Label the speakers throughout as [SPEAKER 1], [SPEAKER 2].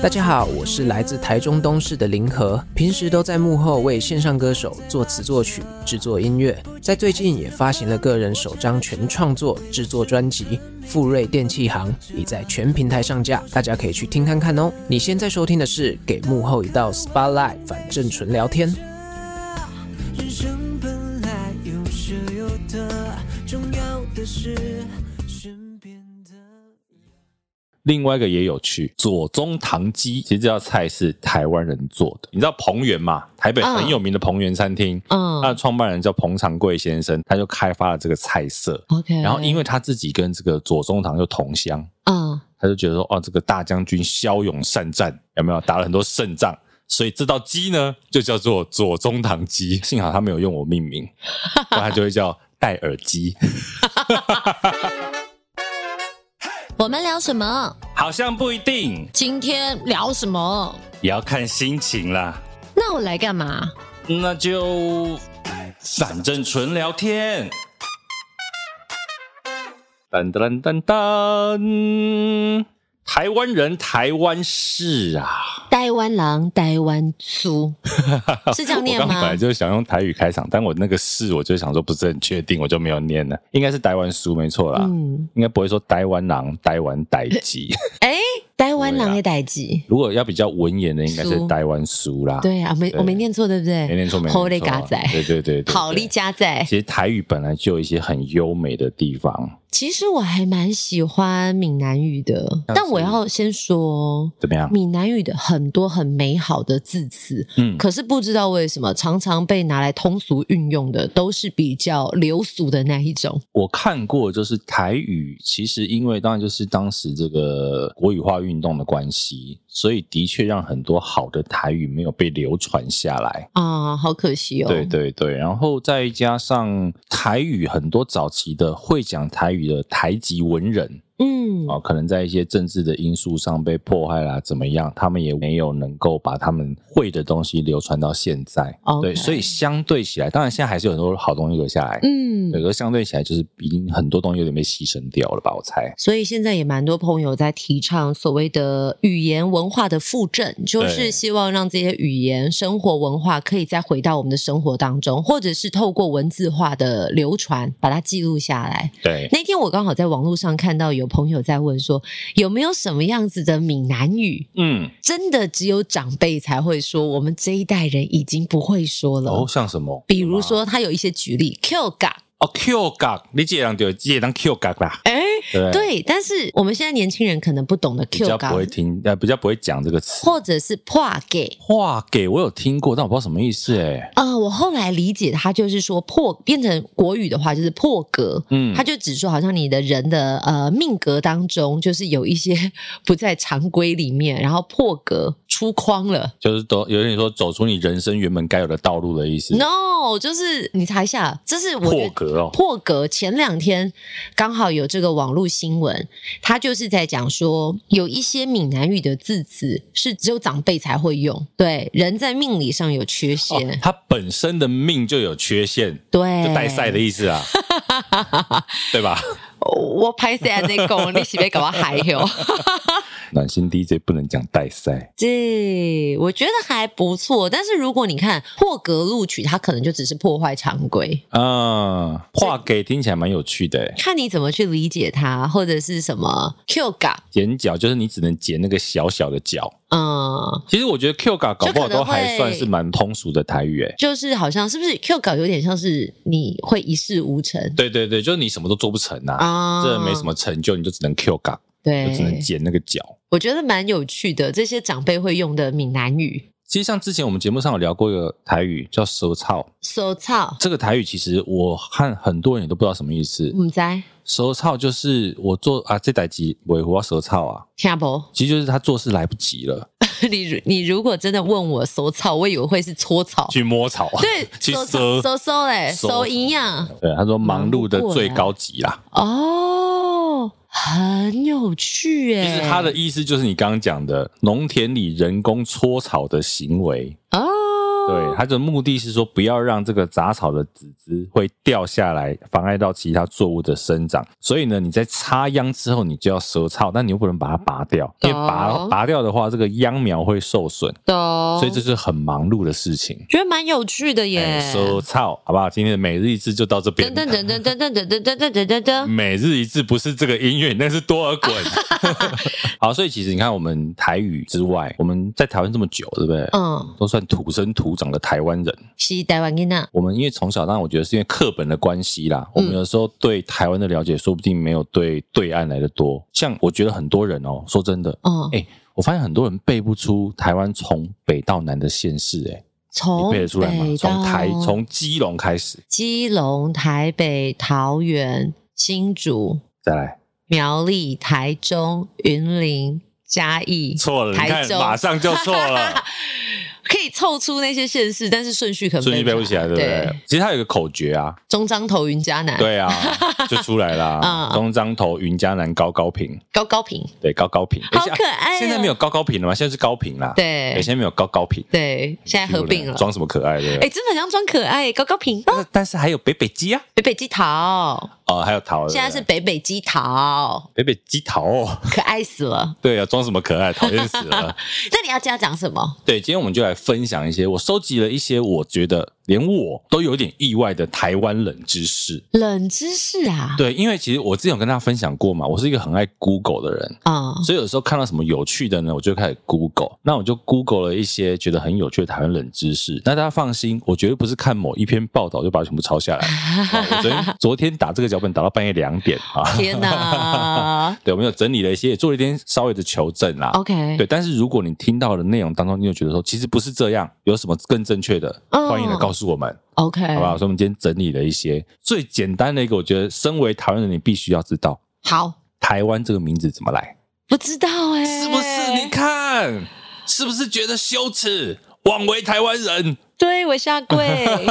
[SPEAKER 1] 大家好，我是来自台中东市的林和，平时都在幕后为线上歌手作词作曲、制作音乐，在最近也发行了个人首张全创作制作专辑《富瑞电器行》，已在全平台上架，大家可以去听看看哦。你现在收听的是《给幕后一道 Spotlight》，反正纯聊天。
[SPEAKER 2] 人生本来有舍有得，重要的是身边的。
[SPEAKER 3] 另外一个也有趣，左宗棠鸡，其实这道菜是台湾人做的。你知道彭源嘛？台北很有名的彭源餐厅，
[SPEAKER 4] 嗯
[SPEAKER 3] 它的创办人叫彭长贵先生，他就开发了这个菜色。
[SPEAKER 4] ，OK。
[SPEAKER 3] 然后因
[SPEAKER 4] 为
[SPEAKER 3] 为他自己跟这个左宗棠又同乡，
[SPEAKER 4] 啊，
[SPEAKER 3] 他就觉得说，哦，这个大将军骁勇善战，有没有打了很多胜仗？所以这道鸡呢，就叫做左宗棠鸡。幸好他没有用我命名，不然他就会叫戴耳鸡。
[SPEAKER 4] 我们聊什么？
[SPEAKER 3] 好像不一定，
[SPEAKER 4] 今天聊什么？
[SPEAKER 3] 也要看心情啦。
[SPEAKER 4] 那我来干嘛？
[SPEAKER 3] 那就反正纯聊天。噔噔噔噔，台湾人，台湾事啊！
[SPEAKER 4] 台湾狼，台湾猪， 是这样念
[SPEAKER 3] 我刚
[SPEAKER 4] 吗
[SPEAKER 3] 本来就想用台语开场，但我那个是，我就想说不是很确定，我就没有念了。应该是台湾书没错啦，
[SPEAKER 4] 嗯，
[SPEAKER 3] 应该不会说台湾狼、台湾傣 鸡。
[SPEAKER 4] 哎，台湾
[SPEAKER 3] 对
[SPEAKER 4] 狼
[SPEAKER 3] 啊
[SPEAKER 4] 也代记。
[SPEAKER 3] 如果要比较文言的，应该是
[SPEAKER 4] 书
[SPEAKER 3] 台湾书啦。，
[SPEAKER 4] 对啊，没
[SPEAKER 3] 对
[SPEAKER 4] 我没念错，对不对？
[SPEAKER 3] 没念错，没念错啊。
[SPEAKER 4] 好嘞，嘎仔，
[SPEAKER 3] 对对对对，
[SPEAKER 4] 好
[SPEAKER 3] 对
[SPEAKER 4] 嘞，加仔。
[SPEAKER 3] 其实台语本来就有一些很优美的地方，
[SPEAKER 4] 其实我还蛮喜欢闽南语的，但我要先说，哦
[SPEAKER 3] 怎么样？
[SPEAKER 4] 闽南语的很多很美好的字词，
[SPEAKER 3] 嗯，
[SPEAKER 4] 可是不知道为什么，常常被拿来通俗运用的都是比较流俗的那一种。
[SPEAKER 3] 我看过，就是台语，其实因为当然就是当时这个国语化运动的关系，所以的确让很多好的台语没有被流传下来。
[SPEAKER 4] 啊，好可惜哦。
[SPEAKER 3] 对对对，然后再加上台语很多早期的会讲台语的台籍文人
[SPEAKER 4] 嗯，
[SPEAKER 3] 啊、可能在一些政治的因素上被迫害啦，怎么样，他们也没有能够把他们会的东西流传到现在。
[SPEAKER 4] OK
[SPEAKER 3] 对，所以相对起来，当然现在还是有很多好东西留下来，
[SPEAKER 4] 嗯
[SPEAKER 3] 对，可是相对起来就是已经很多东西有点被牺牲掉了吧，我猜。
[SPEAKER 4] 所以现在也蛮多朋友在提倡所谓的语言文化的复振，就是希望让这些语言、生活文化可以再回到我们的生活当中，或者是透过文字化的流传把它记录下来。
[SPEAKER 3] 对，
[SPEAKER 4] 那天我刚好在网络上看到有朋友在问说，有没有什么样子的闽南语，
[SPEAKER 3] 嗯，
[SPEAKER 4] 真的只有长辈才会说，我们这一代人已经不会说了。
[SPEAKER 3] 哦，像什么？
[SPEAKER 4] 比如说，他有一些举例，Q 嘎，
[SPEAKER 3] 哦，Q 角，你这人就这人 Q 角啦，
[SPEAKER 4] 哎，
[SPEAKER 3] 对不对，
[SPEAKER 4] 对，但是我们现在年轻人可能不懂得
[SPEAKER 3] 比
[SPEAKER 4] Q
[SPEAKER 3] 较
[SPEAKER 4] 嘎
[SPEAKER 3] 不，会听，呃，比较不会讲这个词。
[SPEAKER 4] 或者是破给。
[SPEAKER 3] 话给我有听过，但我不知道什么意思哎。
[SPEAKER 4] 呃，我后来理解他就是说破变成国语的话就是破格，
[SPEAKER 3] 嗯
[SPEAKER 4] 他就只说好像你的人的呃命格当中就是有一些不在常规里面，然后破格出框了。
[SPEAKER 3] 就是都有点说走出你人生原本该有的道路的意思。
[SPEAKER 4] No，就是你查一下，这是我觉
[SPEAKER 3] 破
[SPEAKER 4] 得
[SPEAKER 3] 格哦，
[SPEAKER 4] 破格前两天刚好有这个网络新闻，他就是在讲说，有一些闽南语的字词是只有长辈才会用，对人在命理上有缺陷，
[SPEAKER 3] 哦他本身的命就有缺陷，
[SPEAKER 4] 对，
[SPEAKER 3] 就带赛的意思啊，
[SPEAKER 4] 哎
[SPEAKER 3] 对吧？
[SPEAKER 4] 我拍谁在讲，你是被搞我害 哟？
[SPEAKER 3] 暖心 DJ 不能讲带赛，
[SPEAKER 4] 对，我觉得还不错。但是如果你看破格录取，它可能就只是破坏常规，
[SPEAKER 3] 嗯，话给听起来蛮有趣的欸。
[SPEAKER 4] 看你怎么去理解它，或者是什么 Q 嘎，
[SPEAKER 3] 剪脚就是你只能剪那个小小的角，
[SPEAKER 4] 嗯，
[SPEAKER 3] 其实我觉得 Q 嘎搞不好
[SPEAKER 4] 就可能
[SPEAKER 3] 都
[SPEAKER 4] 会
[SPEAKER 3] 还算是蛮通俗的台语诶。
[SPEAKER 4] 就是好像是不是 Q 嘎有点像是你会一事无成
[SPEAKER 3] 对对对，就是你什么都做不成呐、啊，
[SPEAKER 4] 啊？
[SPEAKER 3] 这没什，么成就，你就只能 Q 嘎，就只能
[SPEAKER 4] 对，
[SPEAKER 3] 剪那个角。
[SPEAKER 4] 我觉得蛮有趣的，这些长辈会用的闽南语。
[SPEAKER 3] 其实像之前我们节目上有聊过一个台语叫“收操”，
[SPEAKER 4] 手操，
[SPEAKER 3] 这个台语其实我看很多人也都不知道什么意思。
[SPEAKER 4] 唔知
[SPEAKER 3] 手操就是我做啊，这台机尾活手操啊，
[SPEAKER 4] 听不？
[SPEAKER 3] 其实就是他做事来不及了，
[SPEAKER 4] 你如你如果真的问我手操，我以为会是搓草，
[SPEAKER 3] 去摸草啊，
[SPEAKER 4] 对，
[SPEAKER 3] 去
[SPEAKER 4] 手
[SPEAKER 3] 收
[SPEAKER 4] 收收嘞，啊
[SPEAKER 3] 收
[SPEAKER 4] 收营养
[SPEAKER 3] 对，他说忙碌的最高级啦，
[SPEAKER 4] 哦，很有趣
[SPEAKER 3] 其
[SPEAKER 4] 哎。
[SPEAKER 3] 实他的意思就是你刚刚讲的农田里人工搓草的行为，
[SPEAKER 4] 哦，
[SPEAKER 3] 对，它的目的是说不要让这个杂草的籽子会掉下来，妨碍到其他作物的生长。所以呢，你在插秧之后，你就要舌草，但你又不能把它拔掉，因为拔
[SPEAKER 4] 懂
[SPEAKER 3] 拔掉的话，这个秧苗会受损，
[SPEAKER 4] 懂，
[SPEAKER 3] 所以这是很忙碌的事情。哎
[SPEAKER 4] 觉得蛮有趣的耶。
[SPEAKER 3] 舌草，好不好？今天的每日一字就到这边
[SPEAKER 4] 噔。噔噔噔噔噔噔噔噔噔噔 噔，
[SPEAKER 3] 每日一字不是这个音乐，那是多尔衮。 好，所以其实你看，我们台语之外，我们在台湾这么久，对不对？
[SPEAKER 4] 嗯，
[SPEAKER 3] 都算土生土长的台湾人。
[SPEAKER 4] 是台湾囡仔，
[SPEAKER 3] 我们因为从小，当然我觉得是因为课本的关系啦，
[SPEAKER 4] 嗯
[SPEAKER 3] 我们有时候对台湾的了解，说不定没有对对岸来的多。像我觉得很多人哦，说真的，
[SPEAKER 4] 嗯
[SPEAKER 3] 哎、，我发现很多人背不出台湾从北到南的县市、哎，
[SPEAKER 4] 从
[SPEAKER 3] 你背得出来吗
[SPEAKER 4] 哦北？
[SPEAKER 3] 从台
[SPEAKER 4] 到
[SPEAKER 3] 从基隆开始，
[SPEAKER 4] 基隆、台北、桃园、新竹、
[SPEAKER 3] 再来
[SPEAKER 4] 苗栗、台中、云林、嘉义，
[SPEAKER 3] 错了，你
[SPEAKER 4] 台
[SPEAKER 3] 看
[SPEAKER 4] 中
[SPEAKER 3] 马上就错了，
[SPEAKER 4] 可以凑出那些县市，但是顺序可能
[SPEAKER 3] 顺序背不起来，对不对？其实它有一个口诀 啊，
[SPEAKER 4] 中彰头云嘉南，，
[SPEAKER 3] 对 啊，就出来啦。
[SPEAKER 4] 嗯
[SPEAKER 3] 东张头云嘉南高高平，
[SPEAKER 4] 高高平，
[SPEAKER 3] 对，高高平，
[SPEAKER 4] 好
[SPEAKER 3] 诶现
[SPEAKER 4] 可爱哦
[SPEAKER 3] 现在没有高高平了吗？现在是高平啦，诶，
[SPEAKER 4] 对
[SPEAKER 3] 现在没有高高平，
[SPEAKER 4] 对，现在合并了，
[SPEAKER 3] 装什么可爱
[SPEAKER 4] 哎，
[SPEAKER 3] 的？
[SPEAKER 4] 真的很像装可爱，高高平，哦
[SPEAKER 3] 但是但是还有北北鸡啊，
[SPEAKER 4] 北北鸡桃，
[SPEAKER 3] 哦，还有桃儿，
[SPEAKER 4] 现在是
[SPEAKER 3] 对不
[SPEAKER 4] 北北鸡桃，
[SPEAKER 3] 对北北鸡桃哦，
[SPEAKER 4] 可爱死了。
[SPEAKER 3] 对啊，装什么可爱，讨厌死 了。
[SPEAKER 4] 那你要加讲什么？
[SPEAKER 3] 对，今天我们就来分享一些我收集了一些我觉得连我都有点意外的台湾冷知识。
[SPEAKER 4] 冷知识啊，
[SPEAKER 3] 对，因为其实我之前有跟大家分享过嘛，我是一个很爱 Google 的人，
[SPEAKER 4] 啊，
[SPEAKER 3] 所以有时候看到什么有趣的呢，我就开始 Google。那我就 Google 了一些觉得很有趣的台湾冷知识。那大家放心，我绝对不是看某一篇报道就把它全部抄下来。啊我昨天昨天打这个脚本打到半夜两点啊。
[SPEAKER 4] 天 哪
[SPEAKER 3] 对，我们有整理了一些，也做了一点稍微的求证啦。
[SPEAKER 4] ，OK，
[SPEAKER 3] 对，但是如果你听到的内容当中，你有觉得说其实不是这样，有什么更正确的，
[SPEAKER 4] 嗯
[SPEAKER 3] 欢迎来告诉我们，
[SPEAKER 4] ，OK，
[SPEAKER 3] 好不好？所以我们今天整理了一些最简单的一个，我觉得身为台湾人，你必须要知道
[SPEAKER 4] 好，
[SPEAKER 3] 台湾这个名字怎么来，
[SPEAKER 4] 不知道哎、
[SPEAKER 3] 是不是？你看，是不是觉得羞耻，枉为台湾人？
[SPEAKER 4] 对我下 跪，你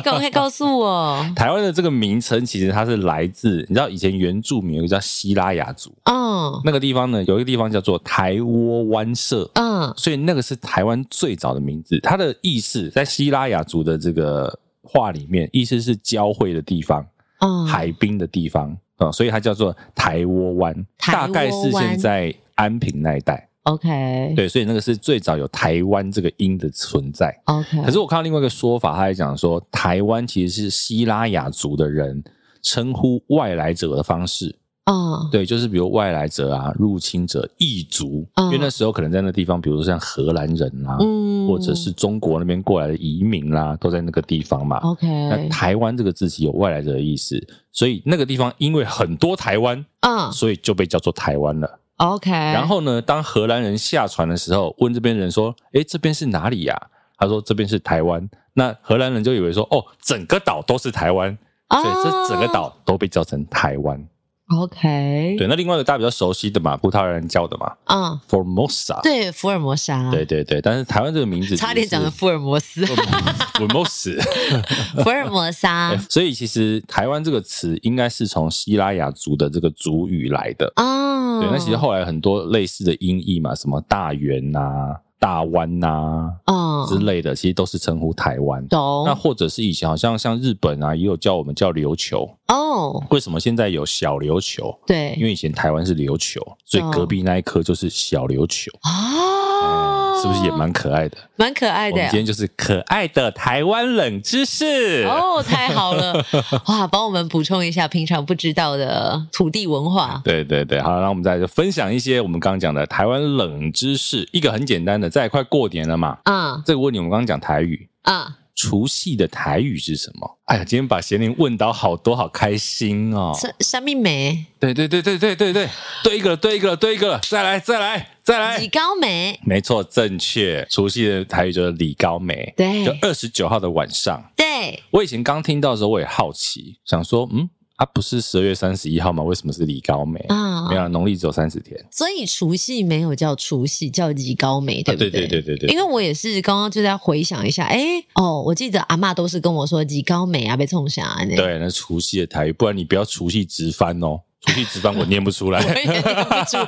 [SPEAKER 4] 赶快告诉我。
[SPEAKER 3] 台湾的这个名称其实它是来自，你知道以前原住民有个叫希拉雅族，
[SPEAKER 4] 嗯
[SPEAKER 3] 那个地方呢有一个地方叫做台窝湾社，
[SPEAKER 4] 嗯
[SPEAKER 3] 所以那个是台湾最早的名字。它的意思在希拉雅族的这个话里面，意思是交汇的地方、
[SPEAKER 4] 嗯，
[SPEAKER 3] 海滨的地方啊、所以它叫做台窝湾，
[SPEAKER 4] 台窝
[SPEAKER 3] 大
[SPEAKER 4] 湾
[SPEAKER 3] 概是现在安平那一带。
[SPEAKER 4] OK
[SPEAKER 3] 对，所以那个是最早有台湾这个音的存在。
[SPEAKER 4] OK，
[SPEAKER 3] 可是我看到另外一个说法，他还讲说，台湾其实是希拉雅族的人称呼外来者的方式。
[SPEAKER 4] 嗯
[SPEAKER 3] 对，就是比如外来者啊、入侵者、异族，
[SPEAKER 4] 嗯
[SPEAKER 3] 因为那时候可能在那地方，比如说像荷兰人啊，
[SPEAKER 4] 嗯
[SPEAKER 3] 或者是中国那边过来的移民啦、都在那个地方嘛。
[SPEAKER 4] 嗯 OK
[SPEAKER 3] 那台湾这个字有外来者的意思，所以那个地方因为很多台湾，
[SPEAKER 4] 嗯
[SPEAKER 3] 所以就被叫做台湾了。
[SPEAKER 4] OK，
[SPEAKER 3] 然后呢，当荷兰人下船的时候，问这边人说：“诶，这边是哪里呀、他说：“这边是台湾。”那荷兰人就以为说：“哦，整个岛都是台湾，所以这整个
[SPEAKER 4] 哦
[SPEAKER 3] 岛都被叫成台湾。
[SPEAKER 4] OK
[SPEAKER 3] 对，那另外一个大家比较熟悉的嘛，葡萄牙人叫的嘛
[SPEAKER 4] 嗯
[SPEAKER 3] ，Formosa。
[SPEAKER 4] 对福尔摩沙
[SPEAKER 3] 对对对，但是台湾这个名字
[SPEAKER 4] 差点讲成福尔摩 斯
[SPEAKER 3] Formosa。
[SPEAKER 4] 福尔摩沙
[SPEAKER 3] 对所以其实台湾这个词应该是从希拉雅族的这个族语来的。
[SPEAKER 4] 啊
[SPEAKER 3] 对，那其实后来很多类似的音译嘛，什么大圆呐、大湾啊呐、
[SPEAKER 4] 嗯
[SPEAKER 3] 之类的，其实都是称呼台湾。
[SPEAKER 4] 懂
[SPEAKER 3] 那或者是以前好像像日本啊，也有叫我们叫琉球。
[SPEAKER 4] 哦
[SPEAKER 3] 为什么现在有小琉球？
[SPEAKER 4] 对
[SPEAKER 3] 因为以前台湾是琉球，所以
[SPEAKER 4] 哦
[SPEAKER 3] 隔壁那一颗就是小琉球，
[SPEAKER 4] 啊
[SPEAKER 3] 哎是不是也蛮可爱的？
[SPEAKER 4] 蛮可爱
[SPEAKER 3] 我
[SPEAKER 4] 的
[SPEAKER 3] 们
[SPEAKER 4] 呀
[SPEAKER 3] 今天就是可爱的台湾冷知识。
[SPEAKER 4] 哦，太好了！ 哇，帮我们补充一下平常不知道的土地文化。
[SPEAKER 3] 对对对，好，那我们再来分享一些我们刚刚讲的台湾冷知识。一个很简单的，在快过年了嘛，
[SPEAKER 4] 嗯
[SPEAKER 3] 这个问题我们刚刚讲台语，
[SPEAKER 4] 嗯，
[SPEAKER 3] 除夕的台语是什么？哎呀，今天把贤玲问到好多，好开心哦！
[SPEAKER 4] 山山蜜梅、
[SPEAKER 3] 对对对对对对对，对一个了，对一个了，对一个了，再来再来再
[SPEAKER 4] 李
[SPEAKER 3] 来，
[SPEAKER 4] 高梅，
[SPEAKER 3] 没错，正确。除夕的台语就是李高梅，
[SPEAKER 4] 对
[SPEAKER 3] 就二十九号的晚上。
[SPEAKER 4] 对，
[SPEAKER 3] 我以前刚听到的时候，我也好奇，想说，嗯，啊，不是十二月三十一号吗？为什么是李高梅？
[SPEAKER 4] 啊
[SPEAKER 3] 没有啊，农历只有三十天。
[SPEAKER 4] 所以除夕没有叫除夕，叫李高梅，对
[SPEAKER 3] 啊
[SPEAKER 4] 不对？
[SPEAKER 3] 对对对对
[SPEAKER 4] 因为我也是刚刚就在回想一下，哎，哦，我记得阿嬷都是跟我说“几高美啊，被冲下啊”那
[SPEAKER 3] 对，那除夕的台语，不然你不要除夕直翻哦。除夕值班我念不出来。
[SPEAKER 4] 我也念不住。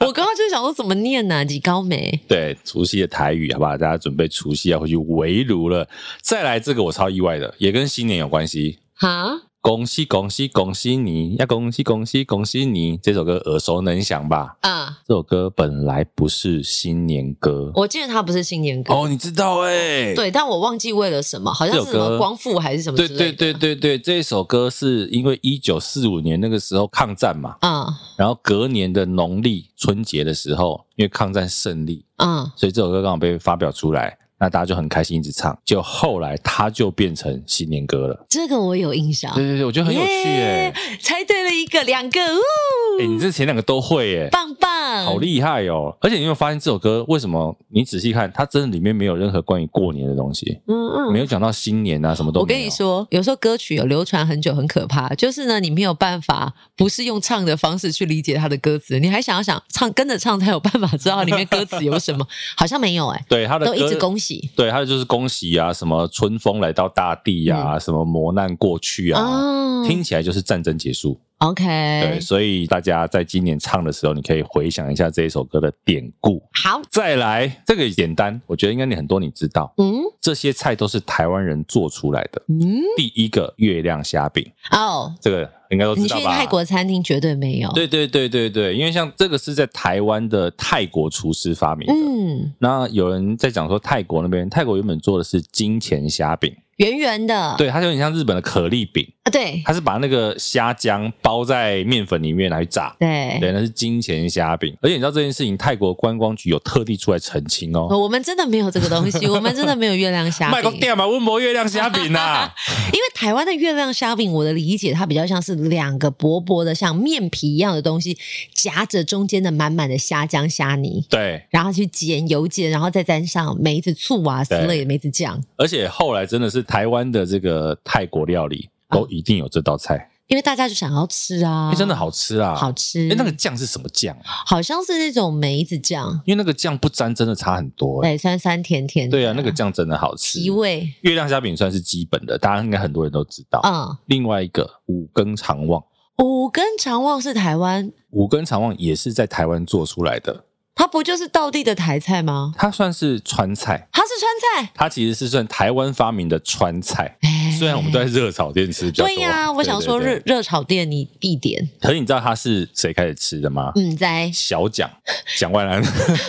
[SPEAKER 4] 我刚刚就想说怎么念呢、李高梅，
[SPEAKER 3] 对，除夕的台语，好不好？大家准备除夕要回去围炉了。再来这个我超意外的，也跟新年有关系。
[SPEAKER 4] 哈，
[SPEAKER 3] 恭喜恭喜恭喜你，要恭喜恭喜恭喜你！这首歌耳熟能详吧？
[SPEAKER 4] 啊，
[SPEAKER 3] 这首歌本来不是新年歌
[SPEAKER 4] 我记得它不是新年歌，
[SPEAKER 3] 哦，你知道哎、
[SPEAKER 4] 对，但我忘记为了什么，好像
[SPEAKER 3] 这
[SPEAKER 4] 是
[SPEAKER 3] 首
[SPEAKER 4] 什
[SPEAKER 3] 歌
[SPEAKER 4] 么光复还是什么之
[SPEAKER 3] 对
[SPEAKER 4] 类的。
[SPEAKER 3] 对对对对，这首歌是因为一九四五年那个时候抗战嘛，
[SPEAKER 4] 嗯
[SPEAKER 3] 然后隔年的农历春节的时候，因为抗战胜利，
[SPEAKER 4] 嗯，
[SPEAKER 3] 所以这首歌刚好被发表出来，那大家就很开心一直唱，就后来它就变成新年歌了。
[SPEAKER 4] 这个我有印象。
[SPEAKER 3] 对对对，我觉得很有趣哎、
[SPEAKER 4] 耶猜对了一个，两个，呜，
[SPEAKER 3] 哎、你这前两个都会哎、
[SPEAKER 4] 棒棒，
[SPEAKER 3] 好厉害哦！而且你有没有发现这首歌为什么？你仔细看，它真的里面没有任何关于过年的东西，
[SPEAKER 4] 嗯嗯，
[SPEAKER 3] 没有讲到新年啊，什么都没有。
[SPEAKER 4] 我跟你，说，有时候歌曲有流传很久，很可怕。就是呢，你没有办法，不是用唱的方式去理解它的歌词，你还想要想唱跟着唱才有办法知道里面歌词有什 么，好像没有哎、
[SPEAKER 3] 对他的
[SPEAKER 4] 都一直
[SPEAKER 3] 歌
[SPEAKER 4] 恭喜
[SPEAKER 3] 对，他就是恭喜啊，什么春风来到大地啊，什么磨难过去啊，
[SPEAKER 4] 嗯哦哎
[SPEAKER 3] 听起来就是战争结束。对，
[SPEAKER 4] OK，
[SPEAKER 3] 所以大家在今年唱的时候，你可以回想一下这一首歌的典故。
[SPEAKER 4] 好，
[SPEAKER 3] 再来，这个简单，我觉得应该你很多你知道，
[SPEAKER 4] 嗯
[SPEAKER 3] 这些菜都是台湾人做出来的。
[SPEAKER 4] 嗯，
[SPEAKER 3] 第一个月亮虾饼，
[SPEAKER 4] 哦，
[SPEAKER 3] 这个应该都
[SPEAKER 4] 你
[SPEAKER 3] 知道
[SPEAKER 4] 去
[SPEAKER 3] 吧？
[SPEAKER 4] 泰国餐厅绝对没有，
[SPEAKER 3] 对对对对对，因为像这个是在台湾的泰国厨师发明的。
[SPEAKER 4] 嗯，
[SPEAKER 3] 那有人在讲说，泰国那边，泰国原本做的是金钱虾饼，
[SPEAKER 4] 圆圆的，
[SPEAKER 3] 对，它就有点像日本的可丽饼，
[SPEAKER 4] 啊，对
[SPEAKER 3] 它是把那个虾浆包在面粉里面来炸。
[SPEAKER 4] 对。
[SPEAKER 3] 对，那是金钱虾饼。而且你知道这件事情，泰国观光局有特地出来澄清哦。
[SPEAKER 4] 我们真的没有这个东西，我们真的没有月亮虾
[SPEAKER 3] 卖个
[SPEAKER 4] 饼，
[SPEAKER 3] 店嘛，温博月亮虾饼 呐、
[SPEAKER 4] 因为台湾的月亮虾饼，我的理解它比较像是两个薄薄的像面皮一样的东西，夹着中间的满满的虾浆虾泥，
[SPEAKER 3] 对，
[SPEAKER 4] 然后去煎油煎，然后再沾上梅子醋啊之
[SPEAKER 3] 对
[SPEAKER 4] 类的梅子酱。
[SPEAKER 3] 而且后来真的是台湾的这个泰国料理
[SPEAKER 4] 哦
[SPEAKER 3] 都一定有这道菜，
[SPEAKER 4] 因为大家就想要吃啊，
[SPEAKER 3] 哎、真的好吃啊！
[SPEAKER 4] 好吃。
[SPEAKER 3] 哎、那个酱是什么酱啊？
[SPEAKER 4] 好像是那种梅子酱，
[SPEAKER 3] 因为那个酱不沾真的差很多、欸。
[SPEAKER 4] 对，酸酸甜甜的。
[SPEAKER 3] 对啊，那个酱真的好吃。
[SPEAKER 4] 提味，
[SPEAKER 3] 月亮虾饼算是基本的，大家应该很多人都知道。
[SPEAKER 4] 嗯，
[SPEAKER 3] 另外一个五更肠旺，
[SPEAKER 4] 五根肠旺是台湾，
[SPEAKER 3] 五更肠旺也是在台湾做出来的，
[SPEAKER 4] 它不就是道地的台菜吗？
[SPEAKER 3] 它算是川菜，
[SPEAKER 4] 它是川菜，
[SPEAKER 3] 它其实是算台湾发明的川菜。
[SPEAKER 4] 哎
[SPEAKER 3] 虽然我们都在热炒店吃比较多，啊
[SPEAKER 4] 对呀、我想说
[SPEAKER 3] 对
[SPEAKER 4] 热。热炒店你必点，
[SPEAKER 3] 对对可是你知道它是谁开始吃的吗？
[SPEAKER 4] 嗯，在
[SPEAKER 3] 小蒋，蒋万安，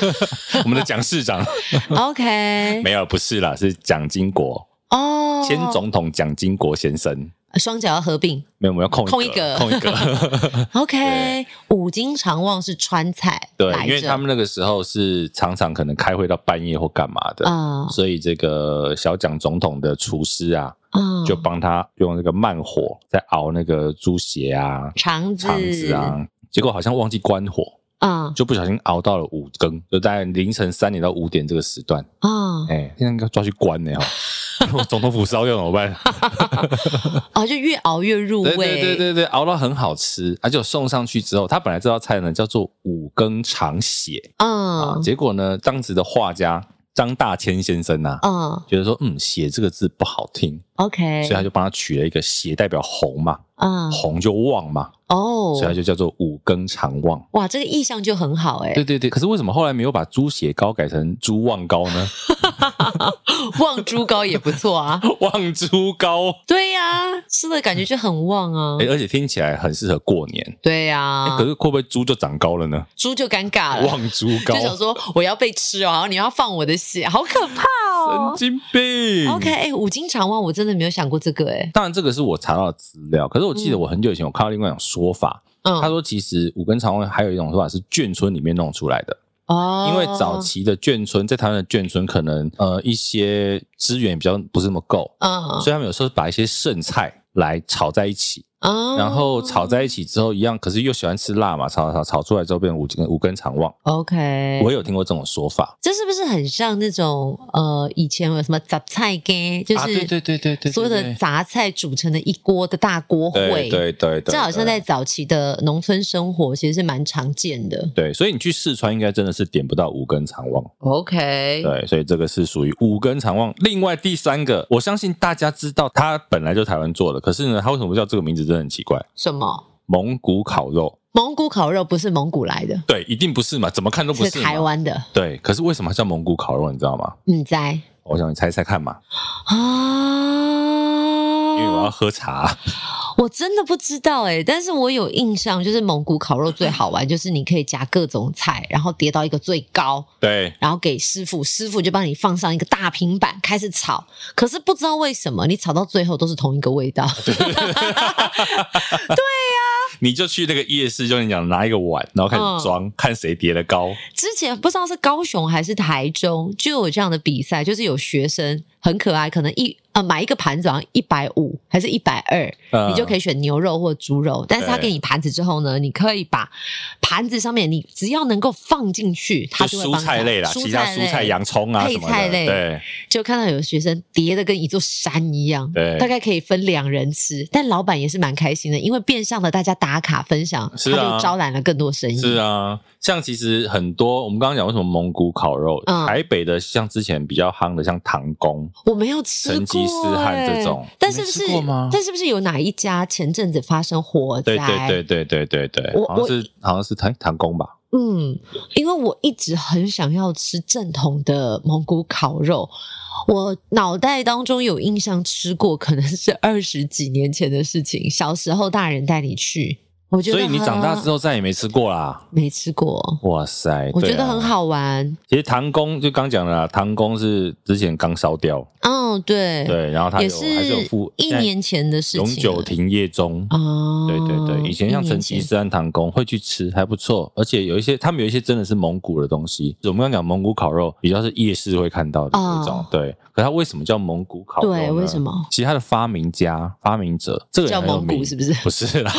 [SPEAKER 3] 我们的蒋市 长
[SPEAKER 4] OK，
[SPEAKER 3] 没有，不是啦，是蒋经国，
[SPEAKER 4] 哦，
[SPEAKER 3] 前总统蒋经国先生。
[SPEAKER 4] 双脚要合并
[SPEAKER 3] 没有，我们要空
[SPEAKER 4] 空
[SPEAKER 3] 一
[SPEAKER 4] 一
[SPEAKER 3] 个，
[SPEAKER 4] 个
[SPEAKER 3] 空一 个。
[SPEAKER 4] ，OK，五金长旺是川菜
[SPEAKER 3] 对，
[SPEAKER 4] 来
[SPEAKER 3] 因为
[SPEAKER 4] 着
[SPEAKER 3] 他们那个时候是常常可能开会到半夜或干嘛的，
[SPEAKER 4] 啊
[SPEAKER 3] 所以这个小蒋总统的厨师啊，
[SPEAKER 4] 啊
[SPEAKER 3] 就帮他用那个慢火在熬那个猪血啊、
[SPEAKER 4] 肠子
[SPEAKER 3] 肠子啊，结果好像忘记关火，
[SPEAKER 4] 啊
[SPEAKER 3] 就不小心熬到了五更，就在凌晨三点到五点这个时段，
[SPEAKER 4] 啊
[SPEAKER 3] 哎、现在应该抓去关呢、哈， 我总统府烧掉怎么办？
[SPEAKER 4] 啊，就越熬越入
[SPEAKER 3] 对
[SPEAKER 4] 味，
[SPEAKER 3] 对对对对，熬到很好吃，而且送上去之后，他本来这道菜呢叫做五更肠血啊，
[SPEAKER 4] 嗯
[SPEAKER 3] 结果呢，当时的画家张大千先生呐、
[SPEAKER 4] 嗯
[SPEAKER 3] 觉得说，嗯，血这个字不好听，
[SPEAKER 4] ，OK，
[SPEAKER 3] 所以他就帮他取了一个血代表红嘛，
[SPEAKER 4] 啊
[SPEAKER 3] 红就旺嘛，
[SPEAKER 4] 哦
[SPEAKER 3] 所以，他就叫做五更肠旺。
[SPEAKER 4] 哇，这个意象就很好哎、
[SPEAKER 3] 对对对，可是为什么后来没有把猪血糕改成猪旺糕 呢？
[SPEAKER 4] 旺猪膏也不错啊，
[SPEAKER 3] 旺猪糕，
[SPEAKER 4] 对呀、吃的
[SPEAKER 3] 嗯
[SPEAKER 4] 感觉就很旺啊
[SPEAKER 3] 哎、，而且听起来很适合过年。哎
[SPEAKER 4] 对呀、
[SPEAKER 3] 可是会不会猪就长高了呢？
[SPEAKER 4] 猪就尴尬了。
[SPEAKER 3] 旺猪
[SPEAKER 4] 啊就想
[SPEAKER 3] 高，啊
[SPEAKER 4] 说我要被吃哦，然后你要放我的血，好可怕哦！
[SPEAKER 3] 神经病。
[SPEAKER 4] OK，哎、五金长旺，我真的没有想过这个、哎，
[SPEAKER 3] 当然，这个是我查到的资料，可是我记得我很久以前我看到另外一种说法，
[SPEAKER 4] 嗯，
[SPEAKER 3] 他说其实五根肠旺还有一种说法是眷村里面弄出来的，
[SPEAKER 4] 哦，
[SPEAKER 3] 因为早，期的眷村在台湾的眷村可能呃一些资源比较不是那么够，
[SPEAKER 4] 嗯，
[SPEAKER 3] 所以他们有时候把一些剩菜来炒在一起，
[SPEAKER 4] 哦
[SPEAKER 3] 然后炒在一起之后一样，可是又喜欢吃辣嘛，炒炒炒出来之后变成五根五根肠旺，
[SPEAKER 4] ，OK，
[SPEAKER 3] 我有听过这种说法。
[SPEAKER 4] 这是不是很像那种呃，以前有什么杂菜羹，就是、
[SPEAKER 3] 啊，对对对对对，
[SPEAKER 4] 所有的
[SPEAKER 3] 对
[SPEAKER 4] 杂菜煮成了一锅的大锅
[SPEAKER 3] 对
[SPEAKER 4] 烩，
[SPEAKER 3] 对对，对
[SPEAKER 4] 这好像在
[SPEAKER 3] 对
[SPEAKER 4] 早期的农村生活其实是蛮常见的。
[SPEAKER 3] 对，所以你去四川应该真的是点不到五根肠旺。
[SPEAKER 4] OK，
[SPEAKER 3] 对，所以这个是属于五根长旺。另外第三个，我相信大家知道，它本来就台湾做的，可是呢，它为什么叫这个名字真的很奇怪？
[SPEAKER 4] 什么？
[SPEAKER 3] 蒙古烤肉，
[SPEAKER 4] 蒙古烤肉不是蒙古来的，
[SPEAKER 3] 对，一定不是嘛，怎么看都不
[SPEAKER 4] 是
[SPEAKER 3] 是嘛
[SPEAKER 4] 台。湾的，
[SPEAKER 3] 对，可是为什么它叫蒙古烤肉？你知道吗？
[SPEAKER 4] 嗯，在
[SPEAKER 3] 我想你猜猜看嘛，因为我要
[SPEAKER 4] 啊，
[SPEAKER 3] 喝茶。
[SPEAKER 4] 我真的不知道哎、但是我有印象，就是蒙古烤肉最好玩，就是你可以夹各种菜，然后叠到一个最高，
[SPEAKER 3] 对，
[SPEAKER 4] 然后给师傅，师傅就帮你放上一个大平板开始炒。可是不知道为什么，你炒到最后都是同一个味道。
[SPEAKER 3] 你就去那个夜市，就跟你讲拿一个碗，然后开
[SPEAKER 4] 嗯
[SPEAKER 3] 始装，看谁叠的高。
[SPEAKER 4] 之前不知道是高雄还是台中，就有这样的比赛，就是有学生很可爱，可能一呃买一个盘子好像一百五还是一百二，
[SPEAKER 3] 嗯
[SPEAKER 4] 你就可以选牛肉或猪肉。但是他
[SPEAKER 3] 对
[SPEAKER 4] 给你盘子之后呢，你可以把盘子上面你只要能够放进去，他
[SPEAKER 3] 就
[SPEAKER 4] 就会帮
[SPEAKER 3] 蔬
[SPEAKER 4] 你
[SPEAKER 3] 菜类啦，
[SPEAKER 4] 蔬
[SPEAKER 3] 其他
[SPEAKER 4] 类
[SPEAKER 3] 蔬菜、洋葱啊
[SPEAKER 4] 配
[SPEAKER 3] 什么
[SPEAKER 4] 菜
[SPEAKER 3] 的，
[SPEAKER 4] 类
[SPEAKER 3] 对
[SPEAKER 4] 就看到有学生叠的跟一座山一样，
[SPEAKER 3] 对
[SPEAKER 4] 大概可以分两人吃，但老板也是蛮开心的，因为变相的大家打卡分享，
[SPEAKER 3] 是
[SPEAKER 4] 他
[SPEAKER 3] 啊
[SPEAKER 4] 就招揽了更多生意。
[SPEAKER 3] 是啊。像其实很多我们刚刚讲为什么蒙古烤肉，
[SPEAKER 4] 嗯
[SPEAKER 3] 台北的像之前比较夯的像唐宫，
[SPEAKER 4] 我没有吃过、欸、
[SPEAKER 3] 成吉思汗这种
[SPEAKER 4] 但是
[SPEAKER 3] 你
[SPEAKER 4] 不
[SPEAKER 3] 没
[SPEAKER 4] 是
[SPEAKER 3] 吃过吗
[SPEAKER 4] 但是不是有哪一家前阵子发生火灾？
[SPEAKER 3] 对对对对对对对，
[SPEAKER 4] 我
[SPEAKER 3] 好像是好像是唐哎唐宫吧，
[SPEAKER 4] 嗯，因为我一直很想要吃正统的蒙古烤肉，我脑袋当中有印象吃过，可能是二十几年前的事情。小时候大人带你去，我觉得
[SPEAKER 3] 所以你长大之
[SPEAKER 4] 后
[SPEAKER 3] 后再也没吃过啦。
[SPEAKER 4] 没吃过，
[SPEAKER 3] 哇塞，
[SPEAKER 4] 我觉
[SPEAKER 3] 对
[SPEAKER 4] 得
[SPEAKER 3] 啊
[SPEAKER 4] 很。好玩。
[SPEAKER 3] 其实唐宫就刚讲了啦，唐宫是之前刚烧掉，
[SPEAKER 4] 嗯，对，
[SPEAKER 3] 对，然后它
[SPEAKER 4] 也
[SPEAKER 3] 有还是有
[SPEAKER 4] 是
[SPEAKER 3] 附
[SPEAKER 4] 一年前的事情
[SPEAKER 3] 永
[SPEAKER 4] 了
[SPEAKER 3] 久停业中
[SPEAKER 4] 哦，
[SPEAKER 3] 对对对，以前像
[SPEAKER 4] 一年
[SPEAKER 3] 成吉
[SPEAKER 4] 前
[SPEAKER 3] 思汗啊唐宫会去吃，还不错。而且有一些，他们有一些真的是蒙古的东西。我们刚讲蒙古烤肉，比较是夜市会看到的
[SPEAKER 4] 哦
[SPEAKER 3] 那种。对，可它为什么叫蒙古烤肉呢？
[SPEAKER 4] 对为什么？
[SPEAKER 3] 其实它的发明家、发明者，这个人
[SPEAKER 4] 叫
[SPEAKER 3] 很有
[SPEAKER 4] 蒙古
[SPEAKER 3] 名
[SPEAKER 4] 是不是
[SPEAKER 3] 不是啦，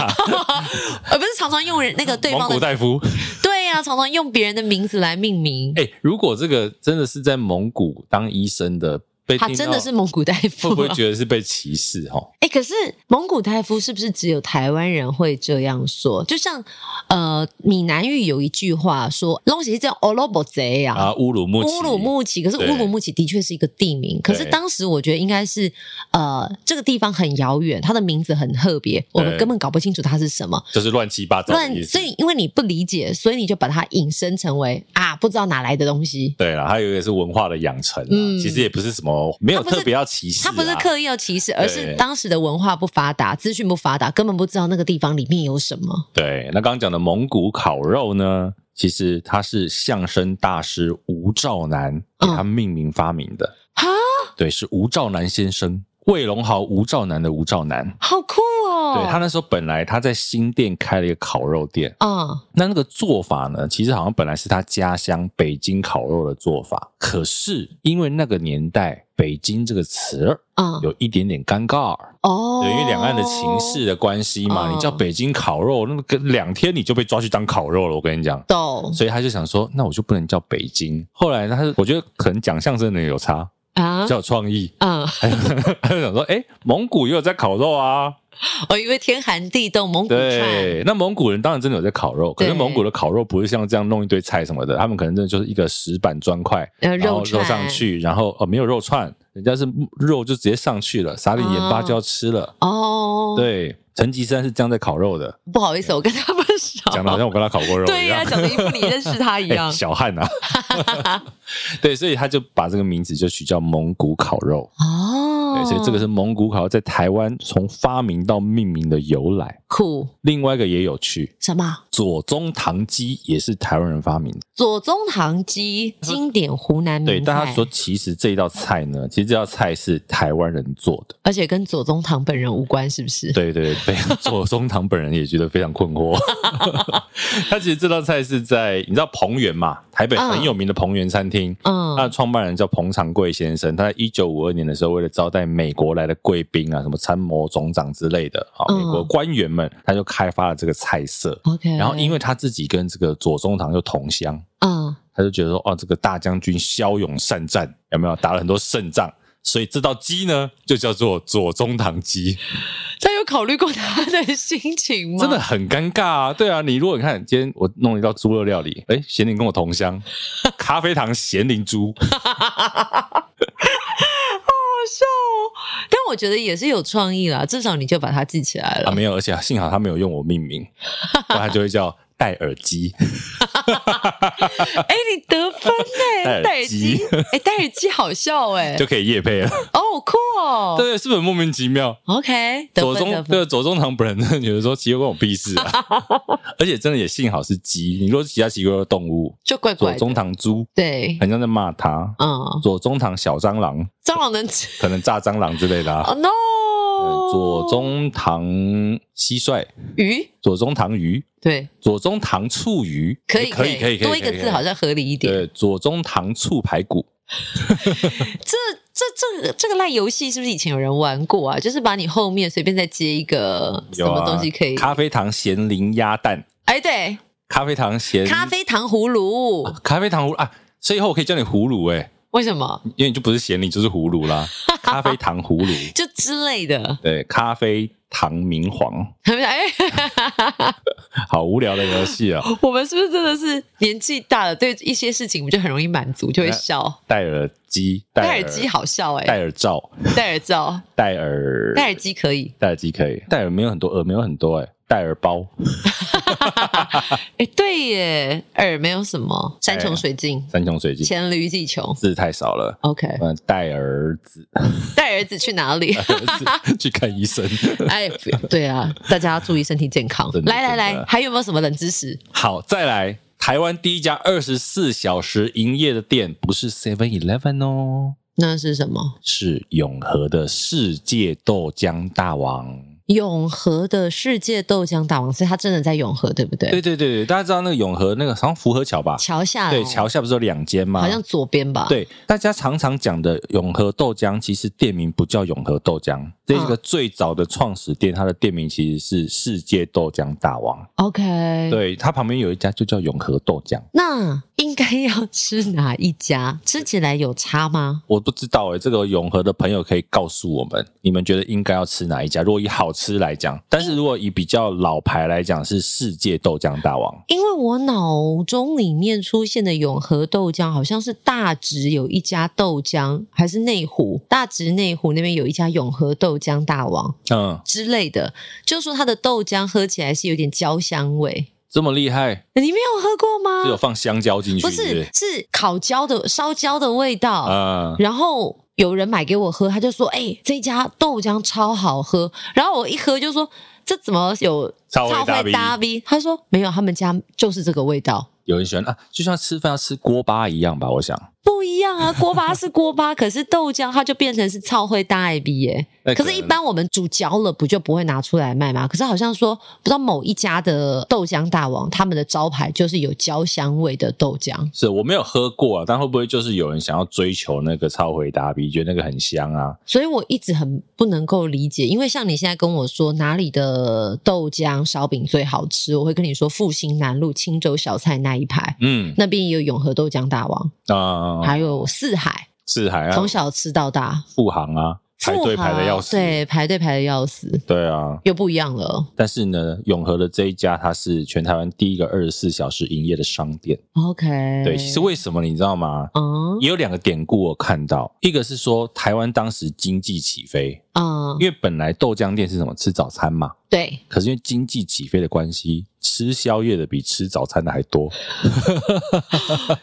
[SPEAKER 4] 呃，不是常常用人那个 对
[SPEAKER 3] 蒙
[SPEAKER 4] 方
[SPEAKER 3] 古
[SPEAKER 4] 的，
[SPEAKER 3] 大夫。
[SPEAKER 4] 对呀、常常用别人的名字来命名。
[SPEAKER 3] 哎、如果这个真的是在蒙古当医生的，被
[SPEAKER 4] 他
[SPEAKER 3] 听
[SPEAKER 4] 真
[SPEAKER 3] 到
[SPEAKER 4] 的是蒙古大
[SPEAKER 3] 会
[SPEAKER 4] 夫、啊，
[SPEAKER 3] 不会觉得是被歧视？哦，
[SPEAKER 4] 哎、可是蒙古大夫是不是只有台湾人会这样说？就像呃，闽南语有一句话说“东西叫欧罗伯贼”
[SPEAKER 3] 啊，
[SPEAKER 4] 啊。
[SPEAKER 3] 乌鲁木齐，
[SPEAKER 4] 乌鲁木齐，可是
[SPEAKER 3] 对
[SPEAKER 4] 乌鲁木齐的确是一个地名，可是
[SPEAKER 3] 对
[SPEAKER 4] 当时我觉得应该是，呃，这个地方很遥远，它的名字很特别，我们
[SPEAKER 3] 对
[SPEAKER 4] 根本搞不清楚它是什么。
[SPEAKER 3] 就是乱七八糟的意
[SPEAKER 4] 乱，
[SPEAKER 3] 思。
[SPEAKER 4] 所以因为你不理解，所以你就把它引申成为啊，不知道哪来的东西。
[SPEAKER 3] 对啦，还有一个是啊文化的养成啦，
[SPEAKER 4] 嗯
[SPEAKER 3] 其实也不是什么没有
[SPEAKER 4] 它不是
[SPEAKER 3] 特别要歧视、啊，
[SPEAKER 4] 它不是刻意要歧视，而是
[SPEAKER 3] 对
[SPEAKER 4] 当时的文化不发达，资讯不发达，根本不知道那个地方里面有什么。
[SPEAKER 3] 对，那刚刚讲的蒙古烤肉呢，其实它是相声大师吴兆南
[SPEAKER 4] 嗯
[SPEAKER 3] 给他命名发明的。
[SPEAKER 4] 啊，
[SPEAKER 3] 对，是吴兆南先生，卫龙豪吴兆南的吴兆南。
[SPEAKER 4] 好酷哦！
[SPEAKER 3] 对他那时候本来他在新店开了一个烤肉店，
[SPEAKER 4] 嗯，
[SPEAKER 3] 那那个做法呢，其实好像本来是他家乡北京烤肉的做法，可是因为那个年代“北京”这个词儿
[SPEAKER 4] 嗯
[SPEAKER 3] 有一点点尴尬，
[SPEAKER 4] 哦，
[SPEAKER 3] 对，因为两岸的情势的关系嘛，
[SPEAKER 4] 哦
[SPEAKER 3] 你叫北京烤肉，那个两天你就被抓去当烤肉了，我跟你讲。
[SPEAKER 4] 懂
[SPEAKER 3] 所以他就想说，那我就不能叫北京。后来他是，我觉得可能讲相声的人有差，
[SPEAKER 4] 啊
[SPEAKER 3] 比，较有创意。
[SPEAKER 4] 嗯，
[SPEAKER 3] 他就想说，哎，蒙古也有在烤肉啊，
[SPEAKER 4] 我哦以为天寒地冻蒙古串，
[SPEAKER 3] 对，那蒙古人当然真的有在烤肉，可是
[SPEAKER 4] 对
[SPEAKER 3] 蒙古的烤肉不是像这样弄一堆菜什么的，他们可能真的就是一个石板砖块，
[SPEAKER 4] 然后
[SPEAKER 3] 然后
[SPEAKER 4] 呃
[SPEAKER 3] 肉
[SPEAKER 4] 肉串
[SPEAKER 3] 上去，然后哦没有肉串，人家是肉就直接上去了，撒点盐巴就要吃了。
[SPEAKER 4] 哦，，
[SPEAKER 3] 对，成吉思汗是这样在烤肉的，
[SPEAKER 4] 不好意思，我跟他们熟，
[SPEAKER 3] 讲的好像我跟他烤过肉一样。
[SPEAKER 4] 对呀，讲的一副你认识他 一样
[SPEAKER 3] 哎小汉啊，对，所以他就把这个名字就取叫蒙古烤肉。
[SPEAKER 4] 哦
[SPEAKER 3] 哎对，，所以这个是蒙古烤肉在台湾从发明到命名的由来。
[SPEAKER 4] 酷
[SPEAKER 3] 另外一个也有趣，
[SPEAKER 4] 什么？
[SPEAKER 3] 左宗棠鸡也是台湾人发明的，
[SPEAKER 4] 左宗棠鸡，经典湖南名
[SPEAKER 3] 对。
[SPEAKER 4] 菜
[SPEAKER 3] 但他说，其实这道菜呢，其实这道菜是台湾人做的。
[SPEAKER 4] 而且跟左宗棠本人无关，是不是？
[SPEAKER 3] 对对对，左宗棠本人也觉得非常困惑。他其实这道菜是在你知道彭园嘛，台北很有名的彭园餐厅。
[SPEAKER 4] 嗯
[SPEAKER 3] 他的创办人叫彭长贵先生，他在一九五二年的时候，为了招待美国来的贵宾啊，什么参谋总长之类的啊，
[SPEAKER 4] 嗯
[SPEAKER 3] 美国官员们，他就开发了这个菜色。
[SPEAKER 4] ，OK，
[SPEAKER 3] 然后因为他自己跟这个左宗棠又同乡，
[SPEAKER 4] 嗯，
[SPEAKER 3] 他就觉得说，哦，这个大将军骁勇善战，有没有打了很多胜仗？所以这道鸡呢，就叫做左宗棠鸡，
[SPEAKER 4] 他有考虑过他的心情吗？
[SPEAKER 3] 真的很尴尬啊！对啊，你如果你看今天我弄了一道猪肉料理，哎，咸宁跟我同 乡，咖啡糖咸宁猪，
[SPEAKER 4] 笑哦！但我觉得也是有创意啦，至少你就把它记起来了。
[SPEAKER 3] 啊，没有，而且幸好他没有用我命名，不然他就会叫戴耳 机。
[SPEAKER 4] 哎、你得分 呢、
[SPEAKER 3] 戴耳
[SPEAKER 4] 戴耳
[SPEAKER 3] 机
[SPEAKER 4] 机，哎、戴耳机好笑哎、
[SPEAKER 3] 就可以夜配了，
[SPEAKER 4] 哦，酷哦。
[SPEAKER 3] 对，是不是很莫名其妙？
[SPEAKER 4] OK，得
[SPEAKER 3] 左
[SPEAKER 4] 分
[SPEAKER 3] 中
[SPEAKER 4] 得分。
[SPEAKER 3] 对左中堂本人真的觉得说奇怪关我屁事 啊，而且真的也幸好是鸡，你若是其他奇怪的动物，
[SPEAKER 4] 就怪
[SPEAKER 3] 左
[SPEAKER 4] 怪的。
[SPEAKER 3] 中堂猪
[SPEAKER 4] 对，
[SPEAKER 3] 很像在骂他，
[SPEAKER 4] 嗯，
[SPEAKER 3] 左中堂小蟑螂
[SPEAKER 4] 蟑螂能吃
[SPEAKER 3] 可能炸蟑螂之类的啊
[SPEAKER 4] 哦，no，哦
[SPEAKER 3] 嗯左中堂蟋蟀，
[SPEAKER 4] 鱼
[SPEAKER 3] 左中堂鱼，
[SPEAKER 4] 对，
[SPEAKER 3] 左中堂醋鱼，
[SPEAKER 4] 可以
[SPEAKER 3] 可以可以可以，
[SPEAKER 4] 多一个
[SPEAKER 3] 可以
[SPEAKER 4] 字好。像合理一
[SPEAKER 3] 可以
[SPEAKER 4] 点。
[SPEAKER 3] 对，左中堂醋排骨，
[SPEAKER 4] 这这这个这个烂游戏是不是以前有人玩过啊？就是把你后面随便再接一个什
[SPEAKER 3] 有
[SPEAKER 4] 么
[SPEAKER 3] 啊，
[SPEAKER 4] 东西可以？
[SPEAKER 3] 咖啡糖咸淋鸭蛋，
[SPEAKER 4] 哎，对，
[SPEAKER 3] 咖啡糖咸
[SPEAKER 4] 咖啡糖葫芦，
[SPEAKER 3] 咖啡糖葫芦啊，所以以后我可以叫你葫芦哎、
[SPEAKER 4] 为什么？
[SPEAKER 3] 因为你就不是咸你就是葫 芦啦，咖啡糖葫芦，
[SPEAKER 4] 就之类的。
[SPEAKER 3] 对，咖啡糖明皇，
[SPEAKER 4] 哎，
[SPEAKER 3] 好无聊的游戏 啊！
[SPEAKER 4] 我们是不是真的是年纪大了，对一些事情我们就很容易满足，就会笑。
[SPEAKER 3] 戴耳机，
[SPEAKER 4] 戴
[SPEAKER 3] 耳
[SPEAKER 4] 耳机，好笑
[SPEAKER 3] 戴
[SPEAKER 4] 哎，
[SPEAKER 3] 耳罩，
[SPEAKER 4] 戴耳罩，
[SPEAKER 3] 戴耳，
[SPEAKER 4] 戴耳，机可以。
[SPEAKER 3] 戴耳机可以，戴耳没有很多，耳没有很多哎、戴耳包，
[SPEAKER 4] 哎，对耶，耳没有什么，山
[SPEAKER 3] 哎
[SPEAKER 4] 穷水尽，
[SPEAKER 3] 山穷水尽，
[SPEAKER 4] 黔驴技穷。
[SPEAKER 3] 字太少了。
[SPEAKER 4] OK，
[SPEAKER 3] 嗯，戴耳子，
[SPEAKER 4] 带儿子去哪里？
[SPEAKER 3] 去看医生。
[SPEAKER 4] 哎，不对啊，大家要注意身体健康
[SPEAKER 3] 真。的
[SPEAKER 4] 来来
[SPEAKER 3] 真
[SPEAKER 4] 来
[SPEAKER 3] 的，
[SPEAKER 4] 还有没有什么冷知识？
[SPEAKER 3] 好，再来，台湾第一家二十四小时营业的店不是 Seven Eleven 哦，
[SPEAKER 4] 那是什么？
[SPEAKER 3] 是永和的世界豆浆大王。
[SPEAKER 4] 永和的世界豆浆大王，所以他真的在永和，对不对？
[SPEAKER 3] 对对对对，大家知道那个永和那个好像福和桥吧？
[SPEAKER 4] 桥下
[SPEAKER 3] 对，
[SPEAKER 4] 哦
[SPEAKER 3] 桥下不是有两间吗？
[SPEAKER 4] 好像左边吧？，
[SPEAKER 3] 对，大家常常讲的永和豆浆，其实店名不叫永和豆浆，这
[SPEAKER 4] 嗯
[SPEAKER 3] 个最早的创始店，它的店名其实是世界豆浆大王。
[SPEAKER 4] OK。
[SPEAKER 3] 对，它旁边有一家就叫永和豆浆，
[SPEAKER 4] 那应该要吃哪一 家？吃起来有差吗？
[SPEAKER 3] 我不知道哎、这个永和的朋友可以告诉我们，你们觉得应该要吃哪一家？如果以好吃来讲，但是如果以比较老牌来讲，是世界豆浆大王。
[SPEAKER 4] 因为我脑中里面出现的永和豆浆，好像是大直有一家豆浆，还是内湖？大直内湖那边有一家永和豆浆大王，
[SPEAKER 3] 嗯，
[SPEAKER 4] 之类的，就说它的豆浆喝起来是有点焦香味。
[SPEAKER 3] 这么厉害，
[SPEAKER 4] 你没有喝过
[SPEAKER 3] 是有
[SPEAKER 4] 吗？
[SPEAKER 3] 放香蕉进去？
[SPEAKER 4] 不
[SPEAKER 3] 是
[SPEAKER 4] 是，是烤焦的烧焦的味道。
[SPEAKER 3] 啊、嗯
[SPEAKER 4] 然后有人买给我喝，他就说：“哎、这家豆浆超好喝。”然后我一喝就说：“这怎么有
[SPEAKER 3] 超会搭 B
[SPEAKER 4] 搭 B？” 他说：“没有，他们家就是这个味道，
[SPEAKER 3] 有人喜欢啊，就像吃饭要吃锅巴一样吧，我想。
[SPEAKER 4] 不一样啊。锅巴是锅巴，可是豆浆它就变成是超会搭 B 耶、
[SPEAKER 3] 那
[SPEAKER 4] 可
[SPEAKER 3] 能
[SPEAKER 4] 是，一般我们煮焦了，不就不会拿出来卖吗？可是好像说，不知道某一家的豆浆大王，他们的招牌就是有焦香味的豆浆。
[SPEAKER 3] 是我没有喝过啊，但会不会就是有人想要追求那个超回答比，觉得那个很香啊？
[SPEAKER 4] 所以我一直很不能够理解，因为像你现在跟我说哪里的豆浆烧饼最好吃，我会跟你说复兴南路青州小菜那一排，
[SPEAKER 3] 嗯
[SPEAKER 4] 那边也有永和豆浆大王，
[SPEAKER 3] 啊、
[SPEAKER 4] 还有四海，
[SPEAKER 3] 四海啊
[SPEAKER 4] 从，小吃到大，
[SPEAKER 3] 富航啊，排队
[SPEAKER 4] 富
[SPEAKER 3] 排的
[SPEAKER 4] 豪
[SPEAKER 3] 要死。
[SPEAKER 4] 对，排队排的要死，
[SPEAKER 3] 对啊，
[SPEAKER 4] 又不一样了。
[SPEAKER 3] 但是呢，永和的这一家它是全台湾第一个二十四小时营业的商店。
[SPEAKER 4] OK，
[SPEAKER 3] 对，其实为什么你知道吗？
[SPEAKER 4] 嗯
[SPEAKER 3] 也有两个典故我看到，一个是说台湾当时经济起飞，
[SPEAKER 4] 嗯，
[SPEAKER 3] 因为本来豆浆店是什么吃早餐嘛，
[SPEAKER 4] 对，
[SPEAKER 3] 可是因为经济起飞的关系，吃宵夜的比吃早餐的还多。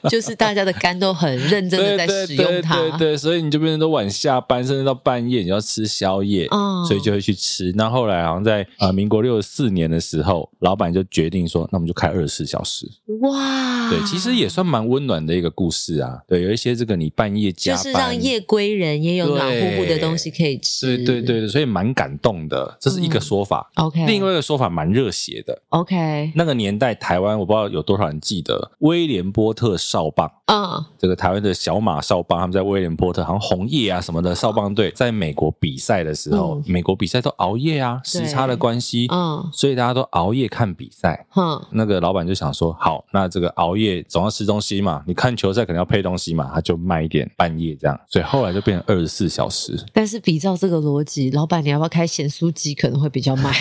[SPEAKER 4] 就是大家的肝都很认真的在使用它。
[SPEAKER 3] 对对对，所以你就变成都晚下班，甚至到半夜你要吃宵夜，
[SPEAKER 4] 嗯
[SPEAKER 3] 所以就会去吃。那后来好像在呃民国六十四年的时候，老板就决定说，那我们就开二十四小时。
[SPEAKER 4] 哇，
[SPEAKER 3] 对，其
[SPEAKER 4] 啊
[SPEAKER 3] 实也算蛮温暖的一个故事啊。对，有一些这个你半夜加班，
[SPEAKER 4] 就是让夜归人也有暖乎乎的东西可以嗯吃。
[SPEAKER 3] 对对对对，所以蛮感动的，这是一个说法。
[SPEAKER 4] ，OK，
[SPEAKER 3] 另外一个说法蛮热血的，
[SPEAKER 4] OK，
[SPEAKER 3] 那个年代台湾我不知道有多少人记得威廉波特哨棒。
[SPEAKER 4] 嗯
[SPEAKER 3] 这个台湾的小马少棒，他们在威廉波特，好像红叶啊什么的少棒队，在美国比赛的时候，
[SPEAKER 4] 嗯
[SPEAKER 3] 美国比赛都熬夜啊，时差的关系，
[SPEAKER 4] 嗯
[SPEAKER 3] 所以大家都熬夜看比赛。
[SPEAKER 4] 哼，
[SPEAKER 3] 那个老板就想说，好，那这个熬夜总要吃东西嘛，你看球赛肯定要配东西嘛，他就卖一点半夜这样，所以后来就变成二十四小时。
[SPEAKER 4] 但是比照这个逻辑，老板你要不要开咸酥鸡可能会比较卖？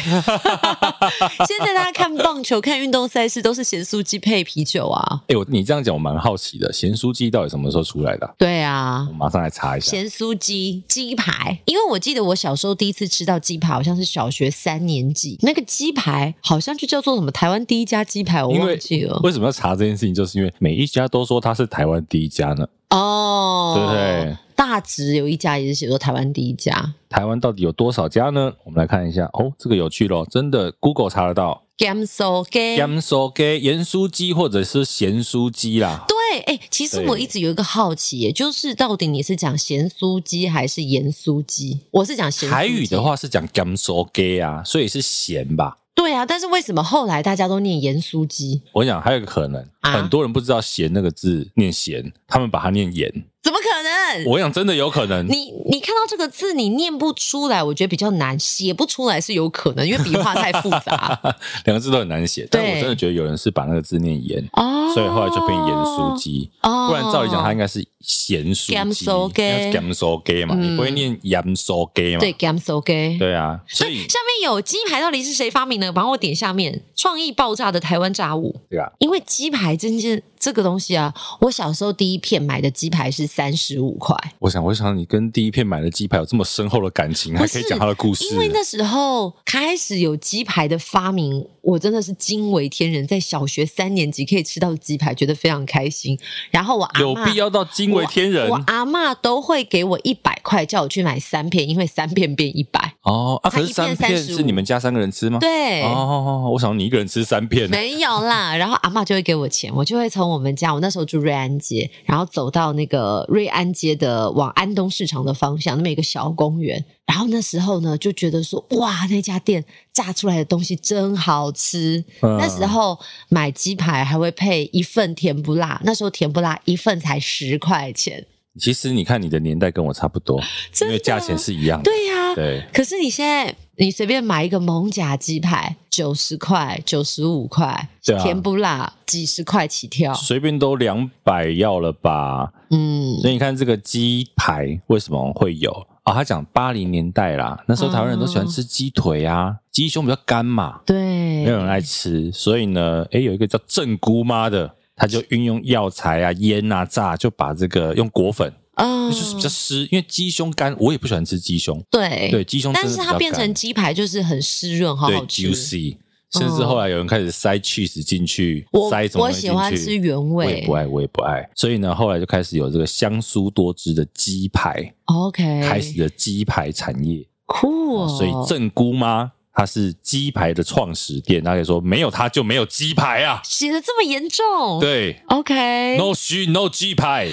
[SPEAKER 4] 现在大家看棒球、看运动赛事都是咸酥鸡配啤酒啊。
[SPEAKER 3] 哎、我你这样讲，我蛮好奇的，咸酥鸡到底什么时候出来的啊、
[SPEAKER 4] 对啊
[SPEAKER 3] 我，马上来查一下。
[SPEAKER 4] 咸酥鸡、鸡排，因为我记得我小时候第一次吃到鸡排，好像是小学三年级，那个鸡排好像就叫做什么台湾第一家鸡排，我
[SPEAKER 3] 因
[SPEAKER 4] 忘
[SPEAKER 3] 为
[SPEAKER 4] 记了。
[SPEAKER 3] 为什么要查这件事情，就是因为每一家都说它是台湾第一家呢。
[SPEAKER 4] 哦，
[SPEAKER 3] 对不对？
[SPEAKER 4] 大直有一家也是写作台湾第一家
[SPEAKER 3] 台湾到底有多少家呢？我们来看一下哦，这个有趣咯，真的 Google 查得到
[SPEAKER 4] Game So Game。
[SPEAKER 3] 盐酥鸡、盐酥鸡或者是咸酥鸡啦。
[SPEAKER 4] 对，哎、其实
[SPEAKER 3] 对
[SPEAKER 4] 我一直有一个好奇耶，就是到底你是讲咸酥鸡还是盐酥鸡？我是讲咸酥鸡。
[SPEAKER 3] 台语的，话是讲盐酥鸡啊，所以是咸吧。
[SPEAKER 4] 对啊，但是为什么后来大家都念盐酥鸡？
[SPEAKER 3] 我想还有一个可能，
[SPEAKER 4] 啊
[SPEAKER 3] 很多人不知道“咸”那个字念“咸”，他们把它念“盐
[SPEAKER 4] 怎么可”。能？
[SPEAKER 3] 我想真的有可能，
[SPEAKER 4] 你你看到这个字，你念不出来，我觉得比较难，写不出来是有可能，因为笔画太复 杂
[SPEAKER 3] 两个字都很难写。但
[SPEAKER 4] 啊对
[SPEAKER 3] 我真的觉得有人是把那个字念“盐”，
[SPEAKER 4] 哦。
[SPEAKER 3] 所以后来就变盐酥，鸡。
[SPEAKER 4] 哦
[SPEAKER 3] 不然照理讲，它应该是咸酥鸡，
[SPEAKER 4] 盐酥鸡
[SPEAKER 3] 盐酥鸡嘛，
[SPEAKER 4] 嗯
[SPEAKER 3] 你不会念盐酥鸡嘛？
[SPEAKER 4] 对 Game So Game。
[SPEAKER 3] 对啊，所以
[SPEAKER 4] 下面有鸡排到底是谁发明的？帮我点下面创意爆炸的台湾炸物。
[SPEAKER 3] 对啊，
[SPEAKER 4] 因为鸡排真件这个东西啊，我小时候第一片买的鸡排是三十五块，
[SPEAKER 3] 我想，我想你跟第一片买的鸡排有这么深厚的感情，还
[SPEAKER 4] 不
[SPEAKER 3] 可
[SPEAKER 4] 是
[SPEAKER 3] 以讲它的故事
[SPEAKER 4] 因，为那时候开始有鸡排的发明，我真的是惊为天人，在小学三年级可以吃到鸡排，觉得非常开心。然后我阿
[SPEAKER 3] 有
[SPEAKER 4] 嬷
[SPEAKER 3] 必要到惊为天人
[SPEAKER 4] 我我阿嬷都会给我一百块，叫我去买三片，因为三片变一百。
[SPEAKER 3] 哦啊！
[SPEAKER 4] 它
[SPEAKER 3] 可
[SPEAKER 4] 一
[SPEAKER 3] 是三
[SPEAKER 4] 片
[SPEAKER 3] 片
[SPEAKER 4] 35
[SPEAKER 3] 是你们家三个人吃吗？
[SPEAKER 4] 对，
[SPEAKER 3] 哦，我想你一个人吃三片，
[SPEAKER 4] 没有啦，然后阿嬷就会给我钱，我就会从我们家，我那时候住瑞安街，然后走到那个瑞安街的往安东市场的方向，那么一个小公园。然后那时候呢，就觉得说，哇，那家店炸出来的东西真好吃。
[SPEAKER 3] 嗯
[SPEAKER 4] 那时候买鸡排还会配一份甜不辣，那时候甜不辣一份才十块钱，
[SPEAKER 3] 其实你看你的年代跟我差不多，因
[SPEAKER 4] 真的啊
[SPEAKER 3] 为价钱是一样的。
[SPEAKER 4] 对啊呀、
[SPEAKER 3] 对，
[SPEAKER 4] 可是你现在，你随便买一个蒙甲鸡排，九十块、九十五块，
[SPEAKER 3] 对啊
[SPEAKER 4] 甜不辣几十块起跳。
[SPEAKER 3] 随便都两百要了吧？
[SPEAKER 4] 嗯，
[SPEAKER 3] 所以你看这个鸡排为什么会有啊？他讲八零年代啦，那时候台湾人都喜欢吃鸡腿啊，鸡胸比较干嘛，
[SPEAKER 4] 对，
[SPEAKER 3] 没有人爱吃，所以呢，诶，有一个叫郑姑妈的，她就运用药材啊、腌啊、炸，就把这个用果粉，
[SPEAKER 4] 嗯，
[SPEAKER 3] 就是比较湿，因为鸡胸干，我也不喜欢吃鸡胸，
[SPEAKER 4] 对
[SPEAKER 3] 对，鸡胸真
[SPEAKER 4] 但
[SPEAKER 3] 的比
[SPEAKER 4] 是
[SPEAKER 3] 较干，
[SPEAKER 4] 它变成鸡排就是很湿润，好
[SPEAKER 3] 对
[SPEAKER 4] 好吃。嗯
[SPEAKER 3] juicy，甚至后来有人开始塞 cheese 进去，
[SPEAKER 4] 我
[SPEAKER 3] 塞什么
[SPEAKER 4] 我
[SPEAKER 3] 东西
[SPEAKER 4] 喜
[SPEAKER 3] 进去
[SPEAKER 4] 欢吃原
[SPEAKER 3] 我
[SPEAKER 4] 味
[SPEAKER 3] 也不爱，我也不爱，所以呢，后来就开始有这个香酥多汁的鸡排，
[SPEAKER 4] ，OK，
[SPEAKER 3] 开始的鸡排产业，
[SPEAKER 4] 酷哦，
[SPEAKER 3] 所以郑姑妈她是鸡排的创始店，大家说没有她就没有鸡排啊，
[SPEAKER 4] 写的这么严重，
[SPEAKER 3] 对。
[SPEAKER 4] ，OK，
[SPEAKER 3] No 须 No 鸡排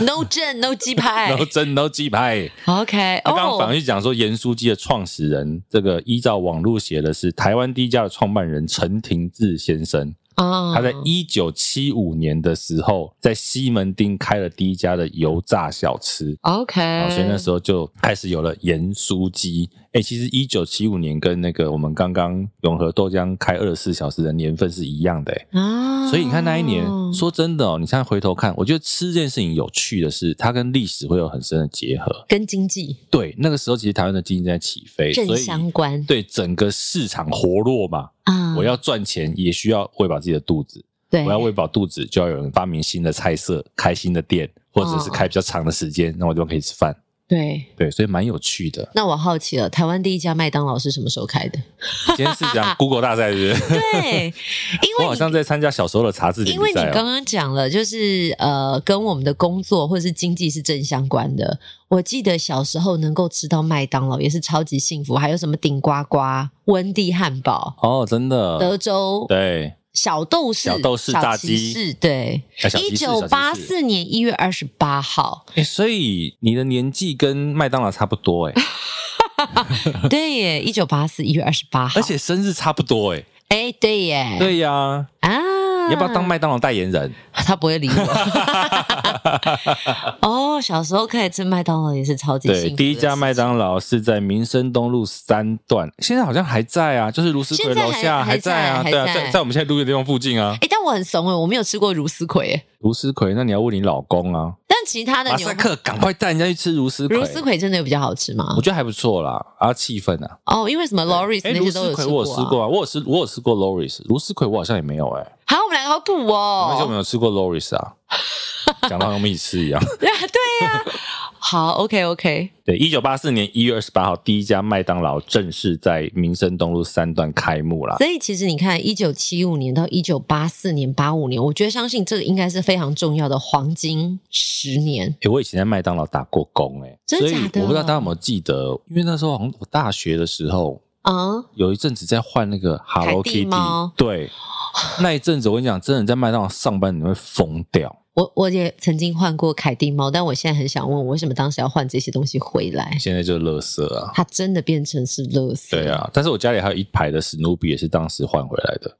[SPEAKER 4] no 正 no 鸡排
[SPEAKER 3] ，No 真 No 鸡排。
[SPEAKER 4] ，OK，
[SPEAKER 3] 他刚刚反而
[SPEAKER 4] 哎哦，
[SPEAKER 3] 去讲说，盐酥鸡的创始人，这个依照网络写的是台湾第一家的创办人陈廷志先生，
[SPEAKER 4] 啊
[SPEAKER 3] 他在一九七五年的时候，在西门町开了第一家的油炸小吃。
[SPEAKER 4] OK，
[SPEAKER 3] 啊，所以那时候就
[SPEAKER 4] 嗯
[SPEAKER 3] 开始有了盐酥鸡。哎、其实一九七五年跟那个我们刚刚永和豆浆开二十四小时的年份是一样的、诶欸
[SPEAKER 4] 啊，
[SPEAKER 3] 所以你看那一年，说真的哦，你现在回头看，我觉得吃这件事情有趣的是，它跟历史会有很深的结合。
[SPEAKER 4] 跟经济
[SPEAKER 3] 对，那个时候其实台湾的经济在起飞，
[SPEAKER 4] 正
[SPEAKER 3] 所以
[SPEAKER 4] 相关
[SPEAKER 3] 对整个市场活络嘛，
[SPEAKER 4] 啊，
[SPEAKER 3] 我要赚钱也需要喂饱自己的肚子，
[SPEAKER 4] 对，
[SPEAKER 3] 我要喂饱肚子，就要有人发明新的菜色，开新的店，或者是
[SPEAKER 4] 哦
[SPEAKER 3] 开比较长的时间，那我就可以吃饭。
[SPEAKER 4] 对。
[SPEAKER 3] 对，所以蛮有趣的。
[SPEAKER 4] 那我好奇了，台湾第一家麦当劳是什么时候开的？
[SPEAKER 3] 今天是讲 Google 大赛，是不是？
[SPEAKER 4] 对， 因为
[SPEAKER 3] 我好
[SPEAKER 4] 你
[SPEAKER 3] 像在参加小时候的查字典
[SPEAKER 4] 因为
[SPEAKER 3] 比
[SPEAKER 4] 你
[SPEAKER 3] 赛、
[SPEAKER 4] 刚
[SPEAKER 3] 哦。
[SPEAKER 4] 刚讲了，就是呃，跟我们的工作或者是经济是正相关的。我记得小时候能够吃到麦当劳也是超级幸福，还有什么顶呱呱、温蒂汉堡、
[SPEAKER 3] 哦，真
[SPEAKER 4] 德
[SPEAKER 3] 的，
[SPEAKER 4] 州
[SPEAKER 3] 对，
[SPEAKER 4] 小斗士、
[SPEAKER 3] 小斗士
[SPEAKER 4] 小
[SPEAKER 3] 炸
[SPEAKER 4] 骑
[SPEAKER 3] 鸡
[SPEAKER 4] 士对。
[SPEAKER 3] 哎小骑
[SPEAKER 4] 一
[SPEAKER 3] 士
[SPEAKER 4] 九八。
[SPEAKER 3] 小骑士
[SPEAKER 4] 四年一月二十 八号，
[SPEAKER 3] 哎、所以你的年纪跟麦当劳差不多 哎、
[SPEAKER 4] 对耶，一九八四一月二十八号，
[SPEAKER 3] 而且生日差不多哎、
[SPEAKER 4] 哎，对耶，
[SPEAKER 3] 对呀、
[SPEAKER 4] 啊，
[SPEAKER 3] 你要不要当麦当劳代言人？
[SPEAKER 4] 他不会理 我。哦，小时候可以吃麦当劳也是超级幸福
[SPEAKER 3] 对，
[SPEAKER 4] 的
[SPEAKER 3] 第一家麦
[SPEAKER 4] 事情
[SPEAKER 3] 当劳是在民生东路三段，现在好像还在啊，就是卢思奎
[SPEAKER 4] 现在
[SPEAKER 3] 楼下
[SPEAKER 4] 还还
[SPEAKER 3] 在啊，
[SPEAKER 4] 在
[SPEAKER 3] 对啊，
[SPEAKER 4] 还在
[SPEAKER 3] 在在我们现在录音的地方附近啊
[SPEAKER 4] 欸哎、。但我很怂哎，我没有吃过茹丝葵哎。
[SPEAKER 3] 卢思奎，那你要问你老公啊，
[SPEAKER 4] 但其他的
[SPEAKER 3] 马
[SPEAKER 4] 牛
[SPEAKER 3] 赛克赶快带人家去吃茹丝葵，
[SPEAKER 4] 如斯葵真的有比较好吃吗
[SPEAKER 3] 我？觉得还不错啦，啊，气氛啊。
[SPEAKER 4] 哦，因为什么 Loris
[SPEAKER 3] 哎，
[SPEAKER 4] 那
[SPEAKER 3] 卢
[SPEAKER 4] 些都
[SPEAKER 3] 斯
[SPEAKER 4] 有
[SPEAKER 3] 葵
[SPEAKER 4] 吃
[SPEAKER 3] 我
[SPEAKER 4] 过、
[SPEAKER 3] 有
[SPEAKER 4] 啊。
[SPEAKER 3] 吃过啊，我有吃，我有吃过 Loris，卢斯葵我好像也没有哎、欸，
[SPEAKER 4] 好，我们两个好苦
[SPEAKER 3] 好像没
[SPEAKER 4] 哦。
[SPEAKER 3] 有吃过 Loris 啊，讲到我们一起吃一样。
[SPEAKER 4] 对啊， 对呀、好，OK OK，
[SPEAKER 3] 对，一九八四年一月二十八号，第一家麦当劳正式在民生东路三段开幕啦。
[SPEAKER 4] 所以其实你看，一九七五年到一九八四年、八五年，我觉得相信这个应该是非常重要的黄金十年。
[SPEAKER 3] 诶、我以前在麦当劳打过工、诶，
[SPEAKER 4] 真
[SPEAKER 3] 所
[SPEAKER 4] 的
[SPEAKER 3] 以
[SPEAKER 4] 假的
[SPEAKER 3] 我不知道大家有没有记得，因为那时候好像我大学的时候，
[SPEAKER 4] 啊、
[SPEAKER 3] 有一阵子在换那个 Hello
[SPEAKER 4] 凯
[SPEAKER 3] Kitty，
[SPEAKER 4] 蒂猫
[SPEAKER 3] 对，那一阵子我跟你讲，真的在麦当劳上班你会疯掉。
[SPEAKER 4] 我我也曾经换过凯蒂猫，但我现在很想问，我为什么当时要换这些东西回来？
[SPEAKER 3] 现在就是乐色啊，
[SPEAKER 4] 它真的变成是垃圾。
[SPEAKER 3] 对，啊，但是我家里还有一排的史努比也是当时换回来的。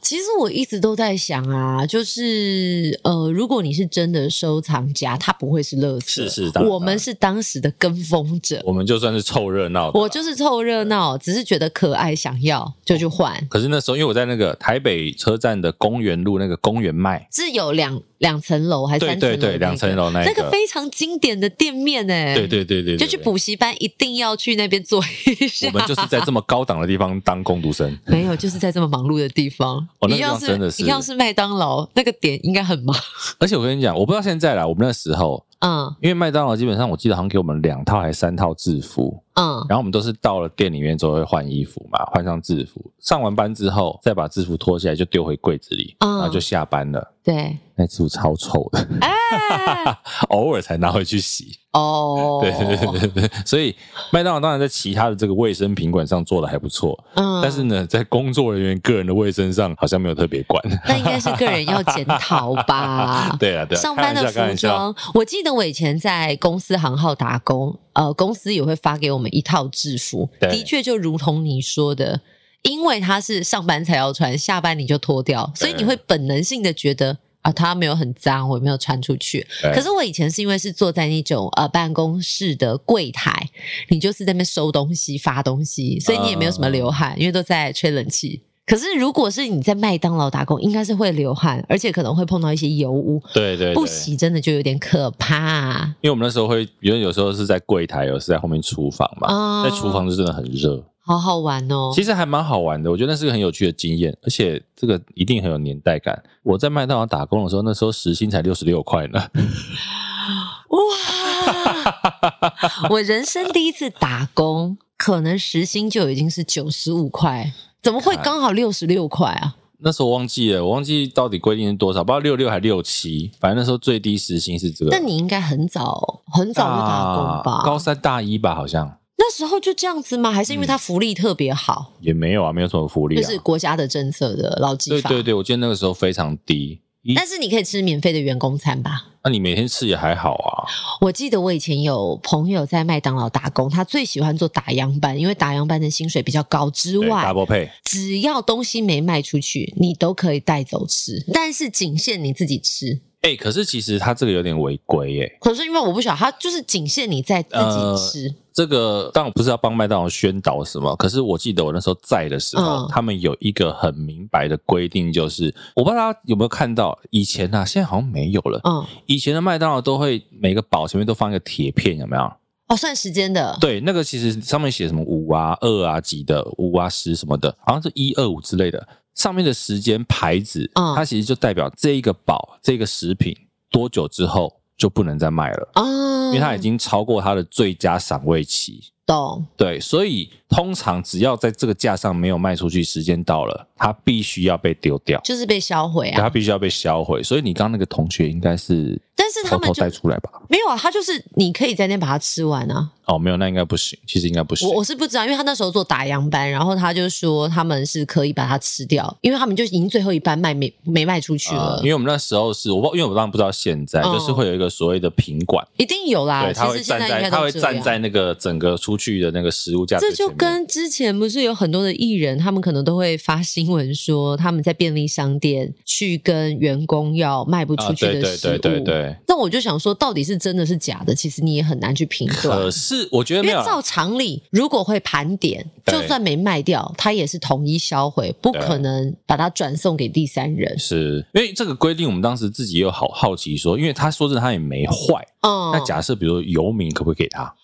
[SPEAKER 4] 其实我一直都在想啊，就是呃，如果你是真的收藏家，它不会是垃圾。
[SPEAKER 3] 是是当然
[SPEAKER 4] 我们是当时的跟风者，
[SPEAKER 3] 我们就算是凑热闹的啦，
[SPEAKER 4] 我就是凑热闹，只是觉得可爱，想要就去换。
[SPEAKER 3] 可是那时候因为我在那个台北车站的公园路那个公园卖，
[SPEAKER 4] 是有两两层楼还是
[SPEAKER 3] 对
[SPEAKER 4] 三层
[SPEAKER 3] 对
[SPEAKER 4] 楼的那
[SPEAKER 3] 对，
[SPEAKER 4] 个？
[SPEAKER 3] 两层楼那一
[SPEAKER 4] 那个非常经典的店面哎、
[SPEAKER 3] 对对对对，对
[SPEAKER 4] 就去。补习班一定要去那边坐一下。，
[SPEAKER 3] 我们就是在这么高档的地方当工读生
[SPEAKER 4] 没有，就是在这么忙碌的地方，
[SPEAKER 3] 哦那个
[SPEAKER 4] 一
[SPEAKER 3] 地方
[SPEAKER 4] 样是
[SPEAKER 3] 真的是
[SPEAKER 4] 一样是麦当劳那个点应该很忙。
[SPEAKER 3] 而且我跟你讲，我不知道现在啦，我们那时候，
[SPEAKER 4] 嗯
[SPEAKER 3] 因为麦当劳基本上我记得好像给我们两套还三套制服，
[SPEAKER 4] 嗯，
[SPEAKER 3] 然后我们都是到了店里面之后会换衣服嘛，换上制服，上完班之后再把制服脱下来就丢回柜子里，
[SPEAKER 4] 嗯
[SPEAKER 3] 然后就下班了。
[SPEAKER 4] 对，
[SPEAKER 3] 那制服超臭的，
[SPEAKER 4] 哎，
[SPEAKER 3] 偶尔才拿回去洗。
[SPEAKER 4] 哦，
[SPEAKER 3] 对对对对对对，所以麦当劳当然在其他的这个卫生品管上做的还不错，
[SPEAKER 4] 嗯，
[SPEAKER 3] 但是呢，在工作人员个人的卫生上好像没有特别管。
[SPEAKER 4] 那应该是个人要检讨 吧。
[SPEAKER 3] 对啊，对啊，
[SPEAKER 4] 上班的
[SPEAKER 3] 开玩
[SPEAKER 4] 服
[SPEAKER 3] 笑，开玩笑
[SPEAKER 4] 装，我记得我以前在公司行号打工，呃，公司也会发给我们一套制服，
[SPEAKER 3] 对
[SPEAKER 4] 的确就如同你说的，因为它是上班才要穿，下班你就脱掉，所以
[SPEAKER 3] 对
[SPEAKER 4] 你会本能性的觉得。啊，它没有很脏，我也没有穿出去。
[SPEAKER 3] 对
[SPEAKER 4] 可是我以前是因为是坐在那种呃办公室的柜台，你就是在那边收东西、发东西，所以你也没有什么流汗，因为都在吹冷气。可是如果是你在麦当劳打工，应该是会流汗，而且可能会碰到一些油污，
[SPEAKER 3] 对对对，
[SPEAKER 4] 不洗真的就有点可怕啊。
[SPEAKER 3] 因为我们那时候会，因为有时候是在柜台，有时在后面厨房嘛，
[SPEAKER 4] 哦
[SPEAKER 3] 在厨房就真的很热，
[SPEAKER 4] 好好玩哦。
[SPEAKER 3] 其实还蛮好玩的。我觉得那是个很有趣的经验，而且这个一定很有年代感。我在麦当劳打工的时候，那时候时薪才六十六块呢。
[SPEAKER 4] 哇，我人生第一次打工，可能时薪就已经是九十五块，怎么会刚好六十六块啊？
[SPEAKER 3] 那时候我忘记了，我忘记到底规定是多少，不知道六六还六七，反正那时候最低时薪是这个。
[SPEAKER 4] 那你应该很早很早就打工吧？
[SPEAKER 3] 大啊高三大一吧，好像
[SPEAKER 4] 那时候就这样子吗？还是因为
[SPEAKER 3] 嗯
[SPEAKER 4] 它福利特别好，
[SPEAKER 3] 也没有啊，没有什么福利
[SPEAKER 4] 就
[SPEAKER 3] 啊。
[SPEAKER 4] 是国家的政策的劳基
[SPEAKER 3] 对
[SPEAKER 4] 法？
[SPEAKER 3] 对对，我记得那个时候非常低。一
[SPEAKER 4] 但是你可以吃免费的员工餐吧？
[SPEAKER 3] 那、你每天吃也还好啊，
[SPEAKER 4] 我记得我以前有朋友在麦当劳打工，他最喜欢做打烊班，因为打烊班的薪水比较高之
[SPEAKER 3] 对
[SPEAKER 4] 外，
[SPEAKER 3] ，double pay。
[SPEAKER 4] 只要东西没卖出去，你都可以带走吃，但是仅限你自己吃。
[SPEAKER 3] 哎、可是其实他这个有点违规耶、
[SPEAKER 4] 可是因为我不晓得，他就是仅限你在自
[SPEAKER 3] 呃
[SPEAKER 4] 己吃。
[SPEAKER 3] 这个当然不是要帮麦当劳宣导什么，可是我记得我那时候在的时候，
[SPEAKER 4] 嗯
[SPEAKER 3] 他们有一个很明白的规定，就是我不知道大家有没有看到，以前啊，现在好像没有了。
[SPEAKER 4] 嗯，
[SPEAKER 3] 以前的麦当劳都会每个堡前面都放一个铁片，有没有？
[SPEAKER 4] 哦，算时间的。
[SPEAKER 3] 对，那个其实上面写什么五啊、二啊、几的、五啊、十什么的，好像是一二五之类的。上面的时间牌子，
[SPEAKER 4] 嗯
[SPEAKER 3] 它其实就代表这一个堡、这个食品多久之后就不能再卖了，
[SPEAKER 4] 哦，
[SPEAKER 3] 因为它已经超过它的最佳赏味期。
[SPEAKER 4] 懂
[SPEAKER 3] 对，所以通常只要在这个架上没有卖出去，时间到了，它必须要被丢掉，
[SPEAKER 4] 就是被销毁
[SPEAKER 3] 对它
[SPEAKER 4] 啊。
[SPEAKER 3] 必须要被销毁。所以你刚刚那个同学应该是
[SPEAKER 4] 但是他
[SPEAKER 3] 偷
[SPEAKER 4] 们
[SPEAKER 3] 偷
[SPEAKER 4] 就
[SPEAKER 3] 带出来吧？
[SPEAKER 4] 没有啊，他就是你可以在那边把它吃完啊。
[SPEAKER 3] 哦，没有，那应该不行，其实应该不行
[SPEAKER 4] 我。我是不知道，因为他那时候做打烊班，然后他就说他们是可以把它吃掉，因为他们就已经最后一班卖没没卖出去
[SPEAKER 3] 啊
[SPEAKER 4] 了，
[SPEAKER 3] 因为我们那时候是我不，因为我当然不知道现在，
[SPEAKER 4] 嗯
[SPEAKER 3] 就是会有一个所谓的品管，
[SPEAKER 4] 一定有啦。
[SPEAKER 3] 对，
[SPEAKER 4] 其
[SPEAKER 3] 他会
[SPEAKER 4] 实现
[SPEAKER 3] 站
[SPEAKER 4] 在应
[SPEAKER 3] 在
[SPEAKER 4] 该
[SPEAKER 3] 他
[SPEAKER 4] 都
[SPEAKER 3] 会
[SPEAKER 4] 这样
[SPEAKER 3] 站在那个整个出出去的那个食物价值
[SPEAKER 4] 这
[SPEAKER 3] 前
[SPEAKER 4] 就
[SPEAKER 3] 面，
[SPEAKER 4] 跟之前不是有很多的艺人，他们可能都会发新闻说他们在便利商店去跟员工要卖不
[SPEAKER 3] 啊
[SPEAKER 4] 出去
[SPEAKER 3] 对
[SPEAKER 4] 的
[SPEAKER 3] 对
[SPEAKER 4] 食物。
[SPEAKER 3] 对对对。
[SPEAKER 4] 那我就想说，到底是真的是假的？其实你也很难去评 断
[SPEAKER 3] 可。是我觉得
[SPEAKER 4] 因
[SPEAKER 3] 没
[SPEAKER 4] 为
[SPEAKER 3] 有啦，
[SPEAKER 4] 照常理，如果会盘点，
[SPEAKER 3] 对
[SPEAKER 4] 就算没卖掉，它也是统一销毁，不可能把它转送给第三人。
[SPEAKER 3] 是因为这个规定，我们当时自己也有好好奇说，因为他说真的他也没坏，
[SPEAKER 4] 嗯，
[SPEAKER 3] 那假设比如游民可不可以给他？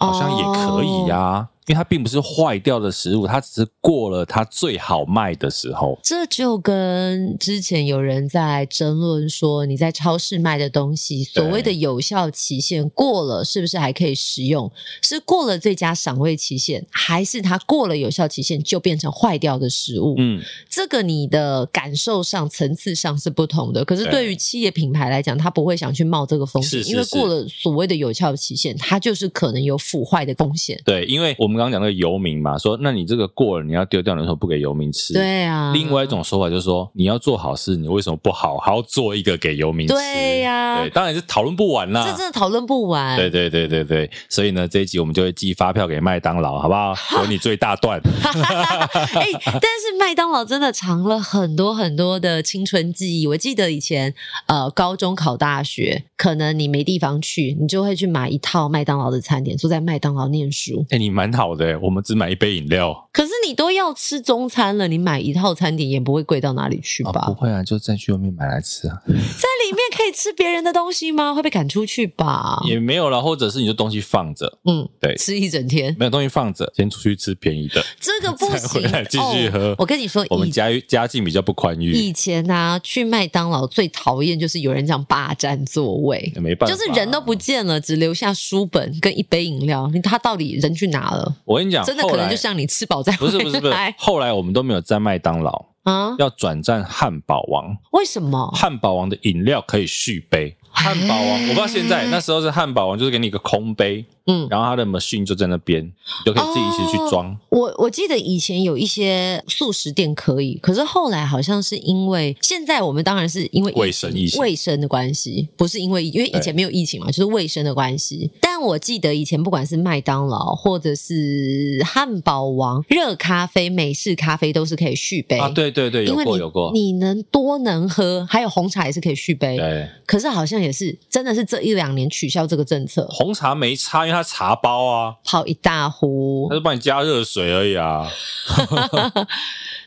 [SPEAKER 3] 好像也可以呀、
[SPEAKER 4] 哦
[SPEAKER 3] 因为它并不是坏掉的食物，它只是过了它最好卖的时候。
[SPEAKER 4] 这就跟之前有人在争论说，你在超市卖的东西，
[SPEAKER 3] 对
[SPEAKER 4] 所谓的有效期限过了，是不是还可以食用？是过了最佳赏味期限，还是它过了有效期限就变成坏掉的食物？
[SPEAKER 3] 嗯，
[SPEAKER 4] 这个你的感受上、层次上是不同的。可是
[SPEAKER 3] 对
[SPEAKER 4] 对于企业品牌来讲，它不会想去冒这个风险，
[SPEAKER 3] 是是
[SPEAKER 4] 因为
[SPEAKER 3] 是
[SPEAKER 4] 过了所谓的有效期限，它就是可能有腐坏的风险。
[SPEAKER 3] 对，因为我们刚刚讲那个游民嘛，说那你这个过了，你要丢掉，你为什么不给游民吃？。
[SPEAKER 4] 对啊，
[SPEAKER 3] 另外一种说法就是说，你要做好事，你为什么不好好做一个给游民吃？
[SPEAKER 4] 对呀
[SPEAKER 3] 对，当然是讨论不完
[SPEAKER 4] 这
[SPEAKER 3] 啦
[SPEAKER 4] 真。的讨论不完。
[SPEAKER 3] 对对对对对，所以呢，这一集我们就会寄发票给麦当劳，好不 好？有你最大段。
[SPEAKER 4] 哎、但是麦当劳真的藏了很多很多的青春记忆。我记得以前呃，高中考大学，可能你没地方去，你就会去买一套麦当劳的餐点，坐在麦当劳念书。
[SPEAKER 3] 哎、你蛮好的、我们只买一杯饮料。
[SPEAKER 4] 可是你都要吃中餐了，你买一套餐点也不会贵到哪里去吧？
[SPEAKER 3] 不会啊，就再去外面买来吃啊。
[SPEAKER 4] 在里面可以吃别人的东西吗？会被赶出去吧？
[SPEAKER 3] 也没有了，或者是你就东西放着，
[SPEAKER 4] 嗯，
[SPEAKER 3] 对
[SPEAKER 4] 吃一整天，
[SPEAKER 3] 没有东西放着，先出去吃便宜的。
[SPEAKER 4] 这个不
[SPEAKER 3] 再回
[SPEAKER 4] 行
[SPEAKER 3] 来。继续喝
[SPEAKER 4] 哦、我跟你说，
[SPEAKER 3] 我们
[SPEAKER 4] 以
[SPEAKER 3] 家家境比较不宽裕
[SPEAKER 4] 以，前呢、去麦当劳最讨厌就是有人讲霸占座位，
[SPEAKER 3] 没办法，
[SPEAKER 4] 就是人都。不见了，只留下书本跟一杯饮料。他到底人去哪了？
[SPEAKER 3] 我跟你讲，
[SPEAKER 4] 真的
[SPEAKER 3] 啊后
[SPEAKER 4] 可
[SPEAKER 3] 来
[SPEAKER 4] 能就像你吃饱再
[SPEAKER 3] 不
[SPEAKER 4] 回
[SPEAKER 3] 是不是不是
[SPEAKER 4] 来，
[SPEAKER 3] 后来我们都没有在麦当劳，
[SPEAKER 4] 啊？
[SPEAKER 3] 要转战汉堡王。
[SPEAKER 4] 为什么？
[SPEAKER 3] 汉堡王的饮料可以续杯，
[SPEAKER 4] 哎
[SPEAKER 3] 汉堡王我不知道现在那时候是汉堡王，就是给你一个空杯，
[SPEAKER 4] 嗯，
[SPEAKER 3] 然后它的 machine 就在那边，你就可以自己一起去装。
[SPEAKER 4] 我我记得以前有一些素食店可以，可是后来好像是因为现在我们当然是因为疫情
[SPEAKER 3] 卫生疫情
[SPEAKER 4] 卫生的关系，不是因为因为以前没有疫情嘛，就是卫生的关系。但我记得以前不管是麦当劳或者是汉堡王、热咖啡、美式咖啡都是可以续杯
[SPEAKER 3] 啊，。对对对，有
[SPEAKER 4] 哦因为你
[SPEAKER 3] 过有过，
[SPEAKER 4] 你能多能喝，还有红茶也是可以续杯，
[SPEAKER 3] 对，
[SPEAKER 4] 可是好像也是真的是这一两年取消这个政策，
[SPEAKER 3] 红茶没差，因为它茶包啊，
[SPEAKER 4] 泡一大壶
[SPEAKER 3] 它，就帮你加热水而已啊。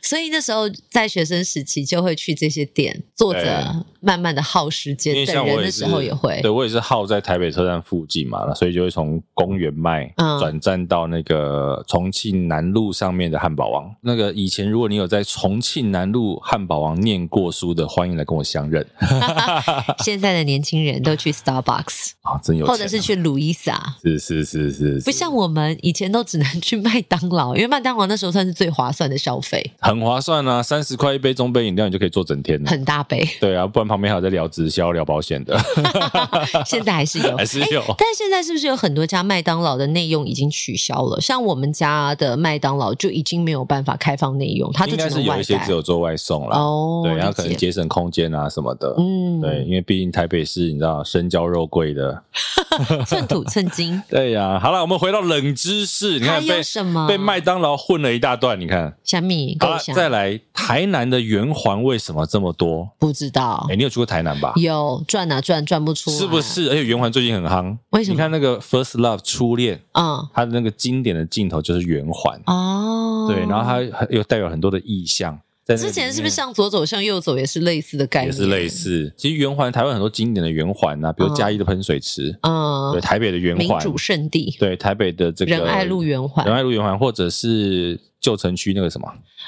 [SPEAKER 4] 所以那时候在学生时期就会去这些店坐
[SPEAKER 3] 对
[SPEAKER 4] 着，慢慢的耗时
[SPEAKER 3] 因为
[SPEAKER 4] 间，
[SPEAKER 3] 像
[SPEAKER 4] 等
[SPEAKER 3] 我
[SPEAKER 4] 人
[SPEAKER 3] 也
[SPEAKER 4] 的
[SPEAKER 3] 是
[SPEAKER 4] 时候也会
[SPEAKER 3] 对。我也是耗在台北车站附近嘛，那所以就会从公园脉
[SPEAKER 4] 嗯
[SPEAKER 3] 转站到那个重庆南路上面的汉堡王。那个以前如果你有在重庆南路汉堡王念过书的，欢迎来跟我相认
[SPEAKER 4] 现在的年轻人都去 Starbucks
[SPEAKER 3] 啊，真 有钱啊、
[SPEAKER 4] 或者是去 Luisa，
[SPEAKER 3] 是是是是是，
[SPEAKER 4] 不像我们以前都只能去麦当劳，因为麦当劳那时候算是最划算的消费，
[SPEAKER 3] 很划算啊，三十块一杯中杯饮料，你就可以坐整天了。，
[SPEAKER 4] 很大杯
[SPEAKER 3] 对啊，不然旁边还有在聊直销、聊保险 的，
[SPEAKER 4] 现在还是有
[SPEAKER 3] 还。是有。
[SPEAKER 4] 但现在是不是有很多家麦当劳的内用已经取消了？像我们家的麦当劳就已经没有办法开放内用，它就
[SPEAKER 3] 应
[SPEAKER 4] 只
[SPEAKER 3] 该是
[SPEAKER 4] 能
[SPEAKER 3] 有
[SPEAKER 4] 外
[SPEAKER 3] 一些
[SPEAKER 4] 带
[SPEAKER 3] 只。有做外送啦，
[SPEAKER 4] 哦，
[SPEAKER 3] 对，
[SPEAKER 4] 理
[SPEAKER 3] 然后可能
[SPEAKER 4] 解
[SPEAKER 3] 节省空间啊什么的。
[SPEAKER 4] 嗯，
[SPEAKER 3] 对，， 因为毕竟台北市你知道深交肉桂 的。。
[SPEAKER 4] 寸土寸金
[SPEAKER 3] 对呀、好了，我们回到冷知识，你
[SPEAKER 4] 还
[SPEAKER 3] 看被
[SPEAKER 4] 有什么？
[SPEAKER 3] 被啊麦当劳混了一大段，你看。
[SPEAKER 4] 小米
[SPEAKER 3] 好
[SPEAKER 4] 够
[SPEAKER 3] 了，
[SPEAKER 4] 香，
[SPEAKER 3] 再来，台南的圆环为什么这么多？
[SPEAKER 4] 不知道
[SPEAKER 3] 哎、你有去过台南吧？
[SPEAKER 4] 哦有赚啊赚赚不出来，
[SPEAKER 3] 是不？是？而且圆环最近很夯，
[SPEAKER 4] 为什么
[SPEAKER 3] 你看那个《First Love》初恋，
[SPEAKER 4] 嗯，
[SPEAKER 3] 它的那个经典的镜头就是圆环，
[SPEAKER 4] 哦，
[SPEAKER 3] 对，然后它还又代表很多的意象。在那个
[SPEAKER 4] 之前
[SPEAKER 3] 里
[SPEAKER 4] 是不
[SPEAKER 3] 面
[SPEAKER 4] 是向左走向右走也是类似的概
[SPEAKER 3] 也
[SPEAKER 4] 念？
[SPEAKER 3] 是类。似？其实圆环台湾很多经典的圆环呐，比如
[SPEAKER 4] 嗯
[SPEAKER 3] 嘉义的喷水池，
[SPEAKER 4] 嗯
[SPEAKER 3] 对，，台北的圆
[SPEAKER 4] 民
[SPEAKER 3] 环，
[SPEAKER 4] 主圣地，
[SPEAKER 3] 对，台北的这个
[SPEAKER 4] 仁爱路圆环
[SPEAKER 3] 仁爱路圆环，或者是旧城区那个什么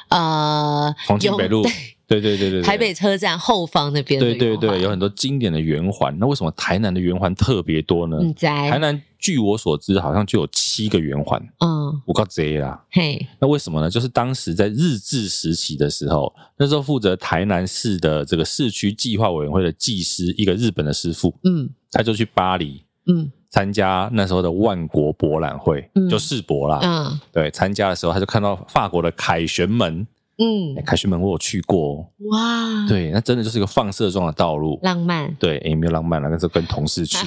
[SPEAKER 4] 呃，
[SPEAKER 3] 重庆
[SPEAKER 4] 有
[SPEAKER 3] 北路
[SPEAKER 4] 对，
[SPEAKER 3] 对对对对，对
[SPEAKER 4] 台北车站后方那边的
[SPEAKER 3] 对
[SPEAKER 4] 圆环，
[SPEAKER 3] 对对，有很多经典的圆环。那为什么台南的圆环特别多呢？
[SPEAKER 4] 嗯
[SPEAKER 3] 台
[SPEAKER 4] 在，
[SPEAKER 3] 南据我所知，好像就有七个圆环，
[SPEAKER 4] 嗯
[SPEAKER 3] 我告贼啦。
[SPEAKER 4] 嘿，
[SPEAKER 3] 那为什么呢？就是当时在日治时期的时候，那时候负责台南市的这个市区计划委员会的技师，一个日本的师傅，
[SPEAKER 4] 嗯
[SPEAKER 3] 他就去巴黎
[SPEAKER 4] 嗯
[SPEAKER 3] 参加那时候的万国博览会，
[SPEAKER 4] 嗯
[SPEAKER 3] 就世博啦。
[SPEAKER 4] 嗯
[SPEAKER 3] 对，参加的时候他就看到法国的凯旋门，
[SPEAKER 4] 嗯
[SPEAKER 3] 哎，凯旋门我有去过、哦，
[SPEAKER 4] 哇，，
[SPEAKER 3] 对，那真的就是一个放射状的道路，
[SPEAKER 4] 浪漫
[SPEAKER 3] 对，也没有浪漫啊了，但是跟同 事去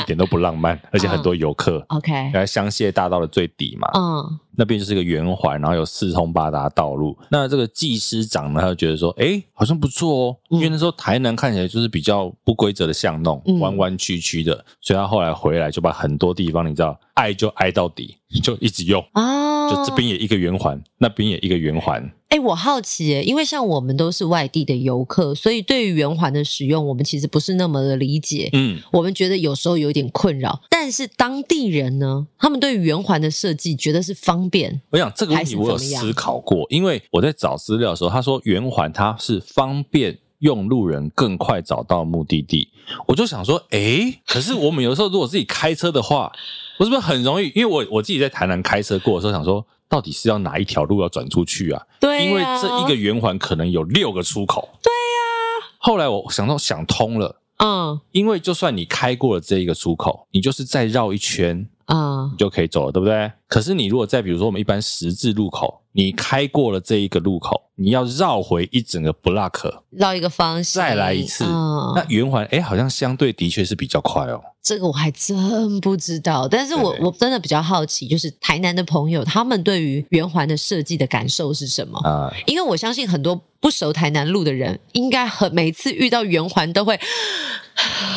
[SPEAKER 3] 一点都不浪漫，而且很多游客。
[SPEAKER 4] ，OK，
[SPEAKER 3] 来香榭大道的最底嘛，
[SPEAKER 4] 嗯，
[SPEAKER 3] 那边就是一个圆环，然后有四通八达道路。那这个技师长呢，他就觉得说，哎、好像不错哦，因为那时候台南看起来就是比较不规则的巷弄
[SPEAKER 4] 嗯，
[SPEAKER 3] 弯弯曲曲的，所以他后来回来就把很多地方，你知道，爱就爱到底，就一直用，
[SPEAKER 4] 哦，
[SPEAKER 3] 就这边也一个圆环，那边也一个圆环，
[SPEAKER 4] 哎、我好奇耶，因为像我们都是外地的游客，所以对于圆环的使用，我们其实不是那么的理解。
[SPEAKER 3] 嗯，
[SPEAKER 4] 我们觉得有时候有点困扰，但是当地人呢，他们对于圆环的设计觉得是方便，
[SPEAKER 3] 我想这个问题我有思考过，因为我在找资料的时候，他说圆环它是方便用路人更快找到目的地，我就想说，诶，可是我们有时候如果自己开车的话，我是不是很容易？因为我我自己在台南开车过的时候，想说到底是要哪一条路要转出去啊？
[SPEAKER 4] 对啊
[SPEAKER 3] 因为这一个圆环可能有六个出口。对呀、后来我想到想通了，
[SPEAKER 4] 嗯
[SPEAKER 3] 因为就算你开过了这一个出口，你就是再绕一圈，
[SPEAKER 4] 啊
[SPEAKER 3] 你就可以走了，对不对？可是你如果在比如说我们一般十字路口，你开过了这一个路口，你要绕回一整个 block
[SPEAKER 4] 绕一个方向，
[SPEAKER 3] 再来一次，
[SPEAKER 4] 嗯
[SPEAKER 3] 那圆环哎，诶好像相对的确是比较快哦。
[SPEAKER 4] 这个我还真不知道，但是我
[SPEAKER 3] 对
[SPEAKER 4] 我真的比较好奇，就是台南的朋友他们对于圆环的设计的感受是什么？
[SPEAKER 3] 啊、
[SPEAKER 4] 因为我相信很多不熟台南路的人，应该很每次遇到圆环都会，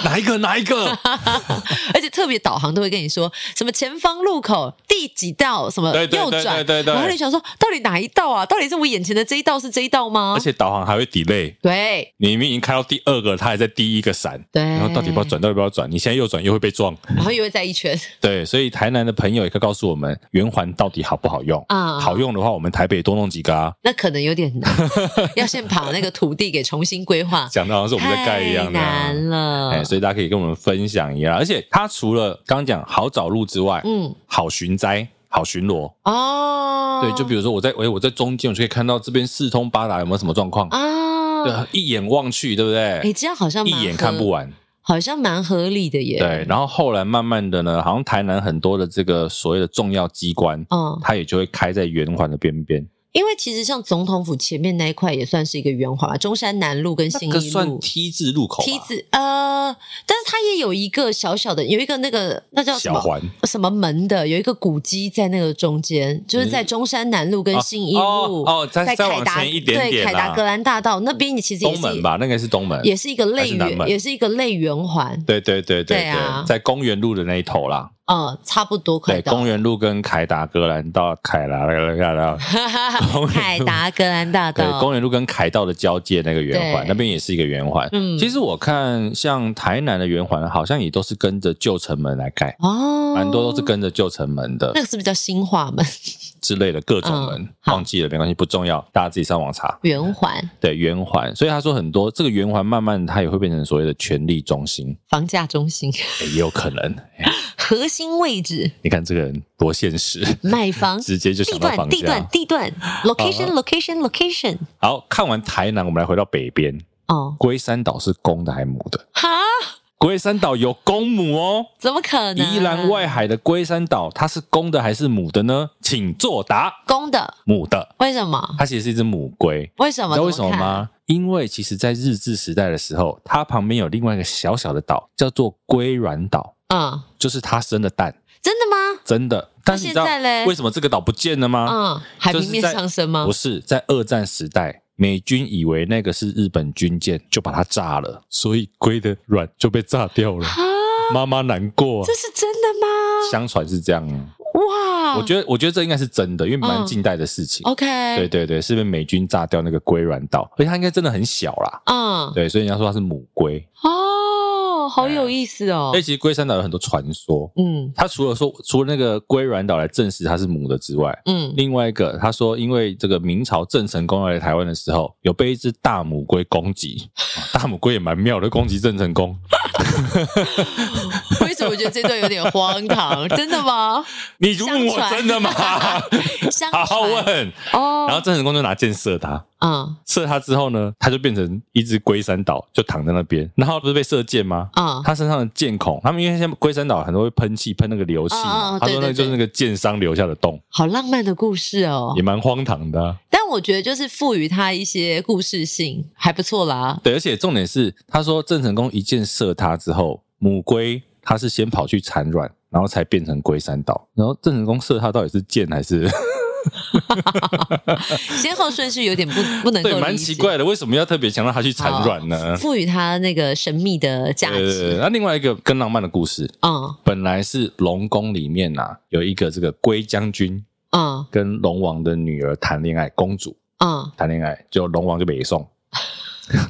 [SPEAKER 3] 哪一个哪一 个？
[SPEAKER 4] 而且特别导航都会跟你说什么前方路口第几道，什么
[SPEAKER 3] 对对
[SPEAKER 4] 右
[SPEAKER 3] 对
[SPEAKER 4] 转，
[SPEAKER 3] 对对对
[SPEAKER 4] 然后你想说到底哪一道啊？到底是我眼前的这一道是这一道吗？
[SPEAKER 3] 而且导航还会 delay，
[SPEAKER 4] 对
[SPEAKER 3] 你明明已经开到第二个，它还在第一个闪，
[SPEAKER 4] 对，
[SPEAKER 3] 然后到底要不要，转，到底要不要转？你现在右转又会被撞。
[SPEAKER 4] 然后又会再一圈，
[SPEAKER 3] 对，所以台南的朋友也可以告诉我们，圆环到底好不好用？
[SPEAKER 4] 啊
[SPEAKER 3] 好用的话，我们台北多弄几个啊。
[SPEAKER 4] 那可能有点难，要先把那个土地给重新 规划，
[SPEAKER 3] 讲的好像是我们在盖一样的、啊
[SPEAKER 4] 太。难了。
[SPEAKER 3] 哎，所以大家可以跟我们分享一下。而且它除了刚刚讲好找路之外，
[SPEAKER 4] 嗯，
[SPEAKER 3] 好寻灾、好巡逻。
[SPEAKER 4] 哦，
[SPEAKER 3] 对，就比如说我在，哎，我在中间，我就可以看到这边四通八达有没有什么状况。
[SPEAKER 4] 啊，
[SPEAKER 3] 对，一眼望去，对不
[SPEAKER 4] 哎，
[SPEAKER 3] 对？
[SPEAKER 4] 这样好像蛮
[SPEAKER 3] 一眼看
[SPEAKER 4] 合
[SPEAKER 3] 不，完。
[SPEAKER 4] 好像蛮合理的耶。
[SPEAKER 3] 对，，然后后来慢慢的呢，好像台南很多的这个所谓的重要机关，
[SPEAKER 4] 嗯，
[SPEAKER 3] 它也就会开在圆环的边边。
[SPEAKER 4] 因为其实像总统府前面那一块也算是一个圆环嘛，中山南路跟信
[SPEAKER 3] 那个
[SPEAKER 4] 义
[SPEAKER 3] 算
[SPEAKER 4] 路。
[SPEAKER 3] T 字路口吧，
[SPEAKER 4] 梯子，呃，但是它也有一个小小的，有一个那个那叫什
[SPEAKER 3] 小
[SPEAKER 4] 么
[SPEAKER 3] 环。
[SPEAKER 4] 什么门的，有一个古迹在那个中间，就是
[SPEAKER 3] 嗯
[SPEAKER 4] 在中山南路跟信义路
[SPEAKER 3] 哦哦再
[SPEAKER 4] 在
[SPEAKER 3] 再
[SPEAKER 4] 凯
[SPEAKER 3] 往
[SPEAKER 4] 达
[SPEAKER 3] 前一点
[SPEAKER 4] 对
[SPEAKER 3] 点
[SPEAKER 4] 凯达
[SPEAKER 3] 啦
[SPEAKER 4] 格兰大道那边，其实也
[SPEAKER 3] 东
[SPEAKER 4] 是
[SPEAKER 3] 门吧，那个是东门，
[SPEAKER 4] 也是一个类
[SPEAKER 3] 还是南
[SPEAKER 4] 圆，
[SPEAKER 3] 门
[SPEAKER 4] 也是一个类圆环，
[SPEAKER 3] 对对对对
[SPEAKER 4] 对啊
[SPEAKER 3] 在公园路的那一头啦，
[SPEAKER 4] 嗯，差不多快
[SPEAKER 3] 对，
[SPEAKER 4] 到
[SPEAKER 3] 公园路跟凯达格兰道、凯达格兰道， 公园路
[SPEAKER 4] 凯达格兰大
[SPEAKER 3] 对，
[SPEAKER 4] 道，
[SPEAKER 3] 公园路跟凯道的交界那个圆环，
[SPEAKER 4] 对
[SPEAKER 3] 那边也是一个圆环。
[SPEAKER 4] 嗯
[SPEAKER 3] 其实我看像台南的圆环，好像也都是跟着旧城门来盖，
[SPEAKER 4] 哦，
[SPEAKER 3] 蛮多都是跟着旧城门的
[SPEAKER 4] 那个是不是叫新化门
[SPEAKER 3] 之类的各种
[SPEAKER 4] 嗯
[SPEAKER 3] 门，
[SPEAKER 4] 好
[SPEAKER 3] 忘记了没关系，不重要，大家自己上网查。
[SPEAKER 4] 圆环
[SPEAKER 3] 对圆环，所以他说很多这个圆环慢慢它也会变成所谓的权力中心，
[SPEAKER 4] 房价中心
[SPEAKER 3] 诶也有可能。诶
[SPEAKER 4] 核心位置
[SPEAKER 3] 你看这个人多现实，
[SPEAKER 4] 卖房
[SPEAKER 3] 直接就
[SPEAKER 4] 嗯地
[SPEAKER 3] 想到
[SPEAKER 4] 段
[SPEAKER 3] 房
[SPEAKER 4] 地段
[SPEAKER 3] 价。啊
[SPEAKER 4] 地段 location location location
[SPEAKER 3] 好，看完台南，我们来回到北边，
[SPEAKER 4] 哦
[SPEAKER 3] 龟山岛是公的还是母的？
[SPEAKER 4] 哈
[SPEAKER 3] 龟山岛有公母哦。
[SPEAKER 4] 怎么可能？
[SPEAKER 3] 宜兰外海的龟山岛，它是公的还是母的呢？请作答。
[SPEAKER 4] 公的
[SPEAKER 3] 母的，
[SPEAKER 4] 为什么？
[SPEAKER 3] 它其实是一只母龟，
[SPEAKER 4] 为什
[SPEAKER 3] 你
[SPEAKER 4] 么？
[SPEAKER 3] 知道为什么
[SPEAKER 4] 怎看？
[SPEAKER 3] 吗？因为其实，在日治时代的时候，它旁边有另外一个小小的岛，叫做龟卵岛，
[SPEAKER 4] 嗯，
[SPEAKER 3] 就是它生的蛋，
[SPEAKER 4] 真的吗？
[SPEAKER 3] 真的。但是你知道
[SPEAKER 4] 现在嘞
[SPEAKER 3] 为什么这个岛不见了吗？
[SPEAKER 4] 嗯，海
[SPEAKER 3] 啊就
[SPEAKER 4] 平
[SPEAKER 3] 是
[SPEAKER 4] 面
[SPEAKER 3] 在
[SPEAKER 4] 上升吗
[SPEAKER 3] 不？是，在二战时代，美军以为那个是日本军舰，就把它炸了，所以龟的卵就被炸掉了。
[SPEAKER 4] 啊，
[SPEAKER 3] 妈妈难过、啊
[SPEAKER 4] 这，是真的吗？
[SPEAKER 3] 相传是这样、啊。
[SPEAKER 4] 哇，
[SPEAKER 3] 我觉得，我觉得这应该是真的，因为
[SPEAKER 4] 嗯
[SPEAKER 3] 蛮近代的事情。
[SPEAKER 4] OK，
[SPEAKER 3] 对对对，是被美军炸掉那个龟卵岛，而且它应该真的很小啦。
[SPEAKER 4] 嗯，
[SPEAKER 3] 对，所以人家说它是母龟。
[SPEAKER 4] 哦，好有意思哦
[SPEAKER 3] 所以，其实龟山岛有很多传说，
[SPEAKER 4] 嗯
[SPEAKER 3] 它除了说除了那个龟卵岛来证实它是母的之外，
[SPEAKER 4] 嗯，
[SPEAKER 3] 另外一个，他说，因为这个明朝郑成功来台湾的时候，有被一只大母龟 攻击，哦大母龟也蛮妙的，攻击郑成功，
[SPEAKER 4] 为什么我觉得这段有点荒 唐，真的吗？
[SPEAKER 3] 你问我
[SPEAKER 4] 相传
[SPEAKER 3] 真的吗？
[SPEAKER 4] 相
[SPEAKER 3] 好好
[SPEAKER 4] 传
[SPEAKER 3] 问。
[SPEAKER 4] 哦，
[SPEAKER 3] 然后郑成功就拿箭射他，
[SPEAKER 4] 嗯
[SPEAKER 3] 射他之后呢，他就变成一只龟山岛，就躺在那边。然后不是被射箭吗？
[SPEAKER 4] 嗯，
[SPEAKER 3] 他身上的箭孔，他们因为现在龟山岛很多会喷气，喷那个硫气嘛。
[SPEAKER 4] 嗯嗯嗯
[SPEAKER 3] 他说那
[SPEAKER 4] 对
[SPEAKER 3] 个
[SPEAKER 4] 对对
[SPEAKER 3] 就是那个箭伤留下的洞，
[SPEAKER 4] 好浪漫的故事哦
[SPEAKER 3] 也。蛮荒唐的啊、
[SPEAKER 4] 但我觉得就是赋予它一些故事性，还不错啦。
[SPEAKER 3] 对，而且重点是，他说郑成功一箭射他之后，母龟它是先跑去产卵，然后才变成龟山岛。然后郑成功射它到底是箭还是？
[SPEAKER 4] 先后顺序 有点不不能够
[SPEAKER 3] 对，蛮
[SPEAKER 4] 理解哦
[SPEAKER 3] 奇怪的，为什么要特别强调它去产卵呢？
[SPEAKER 4] 赋予它那个神秘的价
[SPEAKER 3] 对对对对，
[SPEAKER 4] 值。
[SPEAKER 3] 那另外一个更浪漫的故事，
[SPEAKER 4] 嗯
[SPEAKER 3] 本来是龙宫里面呐、啊、有一个这个龟将军
[SPEAKER 4] 嗯
[SPEAKER 3] 跟龙王的女儿谈恋爱，公主
[SPEAKER 4] 嗯，
[SPEAKER 3] 谈恋爱，就龙王就北宋，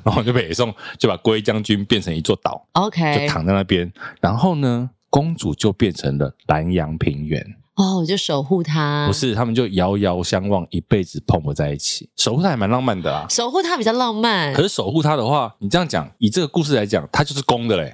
[SPEAKER 3] 龙王就北宋就把龟将军变成一座岛，就
[SPEAKER 4] OK，
[SPEAKER 3] 躺在那边。然后呢，公主就变成了南洋平原，
[SPEAKER 4] 哦，我就守护它，
[SPEAKER 3] 不是他们就遥遥相望，一辈子碰不在一起。守护她还蛮浪漫的啊。
[SPEAKER 4] 守护它比较浪漫
[SPEAKER 3] 可，是守护她的话，你这样讲，以这个故事来讲，她就是公的 嘞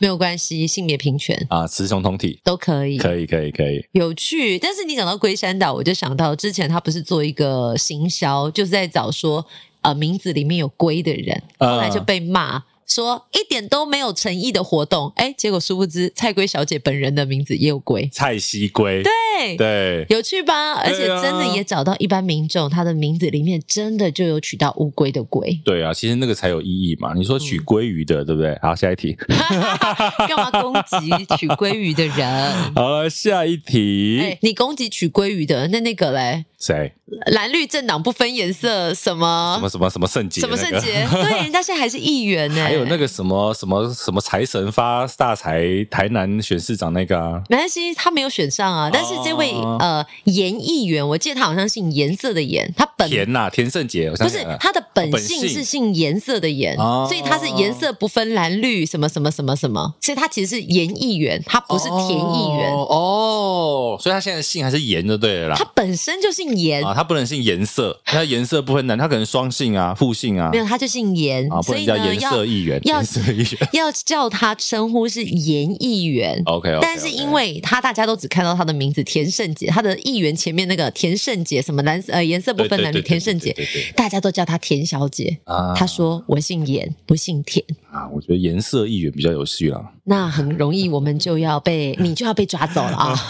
[SPEAKER 4] 没有关系，性别平权
[SPEAKER 3] 啊，雌雄同体，
[SPEAKER 4] 都可以。
[SPEAKER 3] 可以可以可以，
[SPEAKER 4] 有趣，但是你讲到龟山岛，我就想到之前他不是做一个行销，就是在找说呃名字里面有龟的人，
[SPEAKER 3] 嗯
[SPEAKER 4] 后来就被骂。说一点都没有诚意的活动，哎，结果殊不知蔡龟小姐本人的名字也有龟，
[SPEAKER 3] 蔡西龟，对，
[SPEAKER 4] 对，有趣吧？而且真的也找到一般民众，他的名字里面真的就有取到乌龟的龟
[SPEAKER 3] 对啊，其实那个才有意义嘛。你说取鲑鱼的，对不对？好，下一题。
[SPEAKER 4] 嗯干嘛攻击取鲑鱼的人？
[SPEAKER 3] 好了，下一
[SPEAKER 4] 哎
[SPEAKER 3] 题，，
[SPEAKER 4] 你攻击取鲑鱼的，那那个嘞，
[SPEAKER 3] 谁？
[SPEAKER 4] 蓝绿政党不分颜色，什
[SPEAKER 3] 什
[SPEAKER 4] 么
[SPEAKER 3] 么什么什么圣洁？
[SPEAKER 4] 啊什么圣
[SPEAKER 3] 那个？
[SPEAKER 4] 洁？对，人家现在还是议员呢。
[SPEAKER 3] 还有那
[SPEAKER 4] 个，
[SPEAKER 3] 个什么什么什么财神发大财，台南选市长那个啊，
[SPEAKER 4] 没关系，他没有选上啊。但是这位
[SPEAKER 3] 哦
[SPEAKER 4] 呃颜议员，我记得他好像姓颜色的颜，他本
[SPEAKER 3] 田呐、田圣杰，我想
[SPEAKER 4] 不
[SPEAKER 3] 起
[SPEAKER 4] 是
[SPEAKER 3] 来了
[SPEAKER 4] 他的本
[SPEAKER 3] 本
[SPEAKER 4] 性
[SPEAKER 3] 性
[SPEAKER 4] 是姓颜色的颜，
[SPEAKER 3] 哦
[SPEAKER 4] 所以他是颜色不分蓝绿什么什么什么什么，所以他其实是颜议员，他不是田议员，
[SPEAKER 3] 哦哦，所以他现在姓还是颜就对了啦
[SPEAKER 4] 他。本身就姓颜，
[SPEAKER 3] 啊，他不能姓颜色，他颜色不分男，他可能双姓啊、复姓啊
[SPEAKER 4] 没，有他就姓颜，
[SPEAKER 3] 啊，不
[SPEAKER 4] 所以
[SPEAKER 3] 能叫
[SPEAKER 4] 呢
[SPEAKER 3] 颜色
[SPEAKER 4] 要
[SPEAKER 3] 议员，
[SPEAKER 4] 要
[SPEAKER 3] 颜色议员。
[SPEAKER 4] 要叫他称呼是颜议员。
[SPEAKER 3] OK，, o k
[SPEAKER 4] 但是因为他大家都只看到他的名字田胜杰，他的议员前面那个田胜杰什么蓝呃颜色不分蓝绿田胜杰，
[SPEAKER 3] 对对对对对
[SPEAKER 4] 大家都叫他田小姐。
[SPEAKER 3] 啊，
[SPEAKER 4] 他说我姓颜不姓 田，
[SPEAKER 3] 啊，我觉得颜色议员比较有趣啦。
[SPEAKER 4] 那很容易我们就要被你就要被抓走 了啊！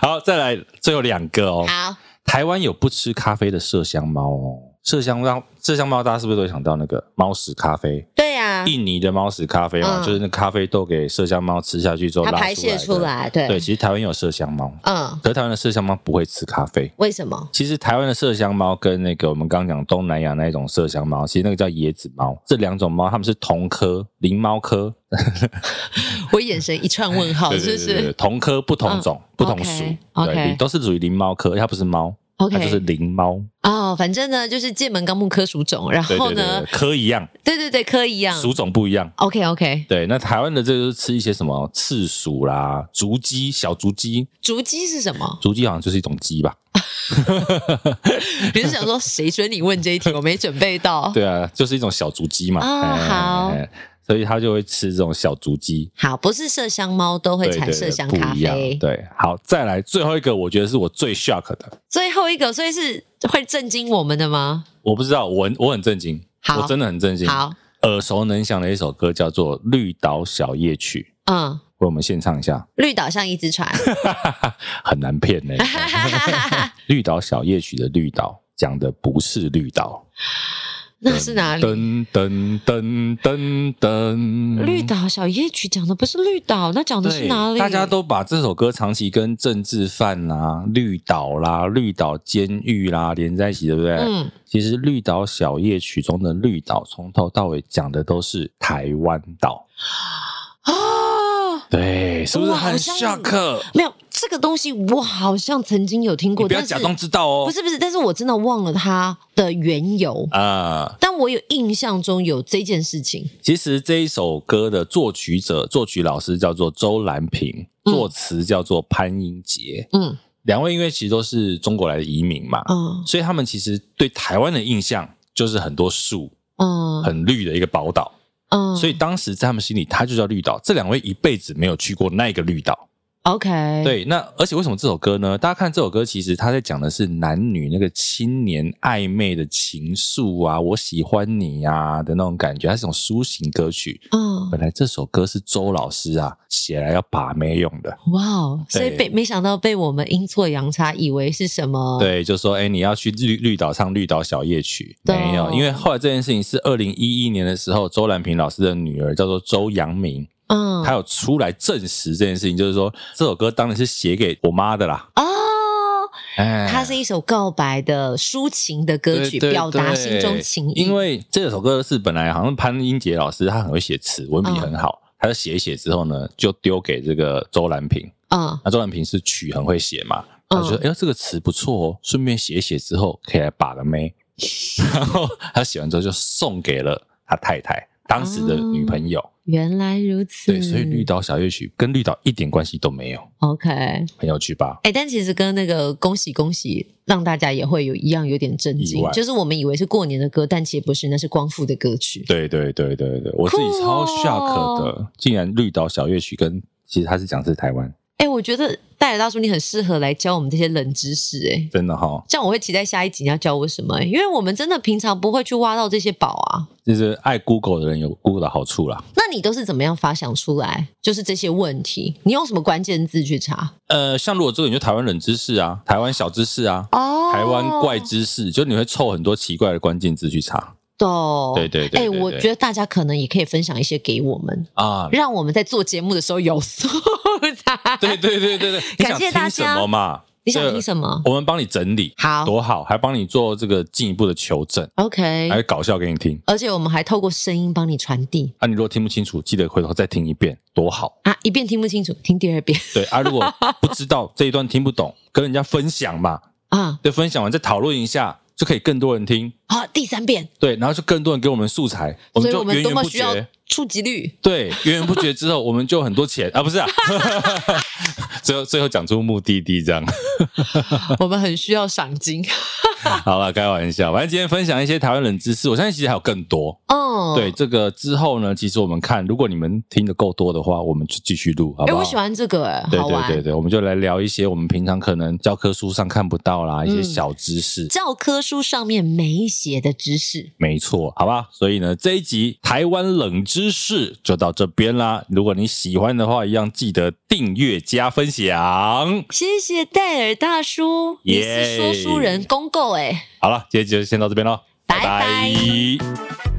[SPEAKER 3] 好，再来最后两个哦。
[SPEAKER 4] 好，
[SPEAKER 3] 台湾有不吃咖啡的麝香猫哦，麝香猫，麝香猫大家是不是都会想到那个猫屎咖啡？
[SPEAKER 4] 对啊，
[SPEAKER 3] 印尼的猫屎咖啡嘛，
[SPEAKER 4] 嗯
[SPEAKER 3] 就是那咖啡豆给麝香猫吃下去之后
[SPEAKER 4] 它
[SPEAKER 3] 拉
[SPEAKER 4] 排泄
[SPEAKER 3] 出
[SPEAKER 4] 出
[SPEAKER 3] 来
[SPEAKER 4] 来，
[SPEAKER 3] 的。
[SPEAKER 4] 对，
[SPEAKER 3] 对，其实台湾也有麝香猫，
[SPEAKER 4] 嗯，
[SPEAKER 3] 可是台湾的麝香猫不会吃咖啡。
[SPEAKER 4] 为 什么？
[SPEAKER 3] 其实台湾的麝香猫跟那个我们刚刚讲东南亚那一种麝香猫，其实那个叫椰子猫，这两种猫它们是同科，灵猫科，
[SPEAKER 4] 我眼神一串问号，
[SPEAKER 3] 对
[SPEAKER 4] 哦是
[SPEAKER 3] 对
[SPEAKER 4] 不
[SPEAKER 3] 对对对
[SPEAKER 4] 是
[SPEAKER 3] 同科不同种、不同
[SPEAKER 4] OK，
[SPEAKER 3] 属
[SPEAKER 4] OK
[SPEAKER 3] 对，都是属于灵猫科，它不是猫，它就是
[SPEAKER 4] ？OK，
[SPEAKER 3] 灵猫，
[SPEAKER 4] 哦，反正呢就是剑门纲目科属种，然
[SPEAKER 3] 对
[SPEAKER 4] 后
[SPEAKER 3] 对对
[SPEAKER 4] 呢
[SPEAKER 3] 对，，科一样，
[SPEAKER 4] 对对对，科一样
[SPEAKER 3] 属种不一样。
[SPEAKER 4] ，OK OK，
[SPEAKER 3] 对，那台湾的这个就是吃一些什么刺鼠啦、竹鸡、小竹鸡，
[SPEAKER 4] 竹鸡是什 么？
[SPEAKER 3] 竹鸡好像就是一种鸡吧？
[SPEAKER 4] 你是想说谁准你问这一题？我没准备 到。
[SPEAKER 3] 对啊，就是一种小竹鸡嘛。哎
[SPEAKER 4] 哦好
[SPEAKER 3] 所以他就会吃这种小竹鸡，
[SPEAKER 4] 好，不是麝香猫都会
[SPEAKER 3] 对对
[SPEAKER 4] 产麝
[SPEAKER 3] 对，
[SPEAKER 4] 香
[SPEAKER 3] 不
[SPEAKER 4] 咖
[SPEAKER 3] 一样
[SPEAKER 4] 啡。。
[SPEAKER 3] 对，好，再来最后一个，我觉得是我最 shock 的，
[SPEAKER 4] 最后一个，所以是会震惊我们的吗？
[SPEAKER 3] 我不知道，我很我很震惊，
[SPEAKER 4] 好
[SPEAKER 3] 我真的很震惊。
[SPEAKER 4] 好，
[SPEAKER 3] 耳熟能详的一首歌叫做《绿岛小夜曲》，
[SPEAKER 4] 嗯，
[SPEAKER 3] 为我们献唱一下，
[SPEAKER 4] 绿岛像一只船。
[SPEAKER 3] 很难骗呢、绿岛小夜曲》的绿岛讲的不是绿岛，
[SPEAKER 4] 那是哪里？
[SPEAKER 3] 噔噔噔噔噔，
[SPEAKER 4] 绿岛小夜曲讲的不是绿岛，那讲的
[SPEAKER 3] 嗯
[SPEAKER 4] 是
[SPEAKER 3] 对
[SPEAKER 4] 哪里？
[SPEAKER 3] 大家都把这首歌长期跟政治犯啦、绿岛啦、绿岛监狱啦连在一起，对不对？
[SPEAKER 4] 嗯，
[SPEAKER 3] 其实《绿岛小夜曲》中的绿岛，从头到尾讲的都是台湾岛，
[SPEAKER 4] 啊，
[SPEAKER 3] 对，是不是
[SPEAKER 4] 哇好
[SPEAKER 3] 很
[SPEAKER 4] 像
[SPEAKER 3] shock？
[SPEAKER 4] 没有这个东西，我好像曾经有听
[SPEAKER 3] 你
[SPEAKER 4] 过，
[SPEAKER 3] 不要
[SPEAKER 4] 但是
[SPEAKER 3] 假装知道哦，
[SPEAKER 4] 不是不是，但是我真的忘了它的缘由。
[SPEAKER 3] 啊、
[SPEAKER 4] 但我有印象中有这件事情，
[SPEAKER 3] 其实这一首歌的作曲者、作曲老师叫做周兰平，
[SPEAKER 4] 嗯
[SPEAKER 3] 作词叫做潘英杰。
[SPEAKER 4] 嗯
[SPEAKER 3] 两位因为其实都是中国来的移民嘛，
[SPEAKER 4] 嗯
[SPEAKER 3] 所以他们其实对台湾的印象就是很多树、
[SPEAKER 4] 嗯，
[SPEAKER 3] 很绿的一个宝岛。
[SPEAKER 4] 嗯，
[SPEAKER 3] 所以当时在他们心里，它就叫绿岛。这两位一辈子没有去过那个绿岛。
[SPEAKER 4] OK，，
[SPEAKER 3] 对，那而且为什么这首歌呢？大家看这首歌，其实他在讲的是男女那个青年暧昧的情愫啊，我喜欢你啊的那种感觉，它是一种抒情歌曲。
[SPEAKER 4] 嗯，
[SPEAKER 3] 本来这首歌是周老师啊写来要把妹用的，
[SPEAKER 4] 哇哦，所以
[SPEAKER 3] 对
[SPEAKER 4] 被没想到被我们阴错阳差，以为是什么？，
[SPEAKER 3] 对，就说哎、你要去绿绿岛唱绿岛小夜曲，
[SPEAKER 4] 懂
[SPEAKER 3] 没有，因为后来这件事情是二零一一年的时候，周兰平老师的女儿叫做周扬明，
[SPEAKER 4] 嗯，
[SPEAKER 3] 她有出来证实这件事情，就是说这首歌当然是写给我妈的啦，
[SPEAKER 4] 哦，
[SPEAKER 3] 哎，
[SPEAKER 4] 它是一首告白的抒情的歌曲，
[SPEAKER 3] 对对
[SPEAKER 4] 表达
[SPEAKER 3] 对
[SPEAKER 4] 心中情意。
[SPEAKER 3] 因为这首歌是本来好像潘英杰老师他很会写词，文笔
[SPEAKER 4] 嗯
[SPEAKER 3] 很好，他就写一写之后呢，就丢给这个周兰平。
[SPEAKER 4] 嗯
[SPEAKER 3] 那周兰平是曲很会写嘛，他
[SPEAKER 4] 嗯
[SPEAKER 3] 就说：“哎、呦，这个词不错哦，顺便写一写之后可以来把个妹。”然后他写完之后就送给了他太太，当时的女朋
[SPEAKER 4] 啊
[SPEAKER 3] 友。
[SPEAKER 4] 原来如此。
[SPEAKER 3] 对，所以绿岛小夜曲跟绿岛一点关系都没有，
[SPEAKER 4] OK，哎、
[SPEAKER 3] 很有趣吧？
[SPEAKER 4] 但其实跟那个恭喜恭喜，让大家也会有一样有点震
[SPEAKER 3] 意
[SPEAKER 4] 惊
[SPEAKER 3] 外，
[SPEAKER 4] 就是我们以为是过年的歌，但其实不是，那是光复的歌曲。
[SPEAKER 3] 对对对对对，我自己超
[SPEAKER 4] 酷哦
[SPEAKER 3] shock 的，竟然绿岛小夜曲跟其实他是讲是台湾，
[SPEAKER 4] 哎、我觉得戴尔大叔你很适合来教我们这些冷知识、哎。
[SPEAKER 3] 真的哈、
[SPEAKER 4] 这样我会期待下一集你要教我什么、哎因为我们真的平常不会去挖到这些宝啊。
[SPEAKER 3] 就是爱 Google 的人有 Google 的好处啦。
[SPEAKER 4] 那你都是怎么样发想出来？就是这些问题，你用什么关键字去查？
[SPEAKER 3] 呃，像如果这个你就台湾冷知识啊，台湾小知识啊，
[SPEAKER 4] 哦
[SPEAKER 3] 台湾怪知识，就你会凑很多奇怪的关键字去查。
[SPEAKER 4] 懂，
[SPEAKER 3] 对对对
[SPEAKER 4] 哎、
[SPEAKER 3] 对对
[SPEAKER 4] 我觉得大家可能也可以分享一些给我们，
[SPEAKER 3] 啊，
[SPEAKER 4] 让我们在做节目的时候有素材。
[SPEAKER 3] 对对对对 对，你
[SPEAKER 4] 感
[SPEAKER 3] 想
[SPEAKER 4] 谢
[SPEAKER 3] 听
[SPEAKER 4] 大家
[SPEAKER 3] 什么嘛？
[SPEAKER 4] 你想
[SPEAKER 3] 对
[SPEAKER 4] 听什么？
[SPEAKER 3] 我们帮你整理，
[SPEAKER 4] 好
[SPEAKER 3] 多好，还帮你做这个进一步的求证，
[SPEAKER 4] ，OK，
[SPEAKER 3] 还有搞笑给你听。
[SPEAKER 4] 而且我们还透过声音帮你传递
[SPEAKER 3] 啊，你如果听不清楚，记得回头再听一遍，多好。
[SPEAKER 4] 啊，一遍听不清楚，听第二遍
[SPEAKER 3] 对啊，如果不知道这一段听不懂，跟人家分享嘛，
[SPEAKER 4] 啊，
[SPEAKER 3] 对，分享完再讨论一下，就可以更多人听。
[SPEAKER 4] 好，第三遍，
[SPEAKER 3] 对，然后就更多人给我们素材，我
[SPEAKER 4] 所
[SPEAKER 3] 们
[SPEAKER 4] 以
[SPEAKER 3] 就
[SPEAKER 4] 我们
[SPEAKER 3] 源
[SPEAKER 4] 多
[SPEAKER 3] 源
[SPEAKER 4] 么
[SPEAKER 3] 不
[SPEAKER 4] 需要
[SPEAKER 3] 绝。
[SPEAKER 4] 触及 率。
[SPEAKER 3] 对，源源不绝之后，我们就有很多钱啊，不是 啊，最后最后讲出目的地这样。
[SPEAKER 4] 我们很需要赏 金。
[SPEAKER 3] 好了，开玩笑，反正今天分享一些台湾冷知识，我相信其实还有更多。
[SPEAKER 4] 哦，
[SPEAKER 3] 对，这个之后呢，其实我们看，如果你们听的够多的话，我们就继续录，好
[SPEAKER 4] 哎、
[SPEAKER 3] 不好？
[SPEAKER 4] 我喜。欢这个、哎，
[SPEAKER 3] 对
[SPEAKER 4] 好玩。
[SPEAKER 3] 对对对，我们就来聊一些我们平常可能教科书上看不到啦，一些
[SPEAKER 4] 嗯
[SPEAKER 3] 小知识。
[SPEAKER 4] 教科书上面没写的知识。
[SPEAKER 3] 没错，好吧，所以呢，这一集台湾冷知识就到这边啦。如果你喜欢的话，一样记得订阅加分享。
[SPEAKER 4] 谢谢戴尔大叔，你是说书人公公哎、
[SPEAKER 3] 好了，这一集就先到这边喽，
[SPEAKER 4] 拜拜
[SPEAKER 3] 拜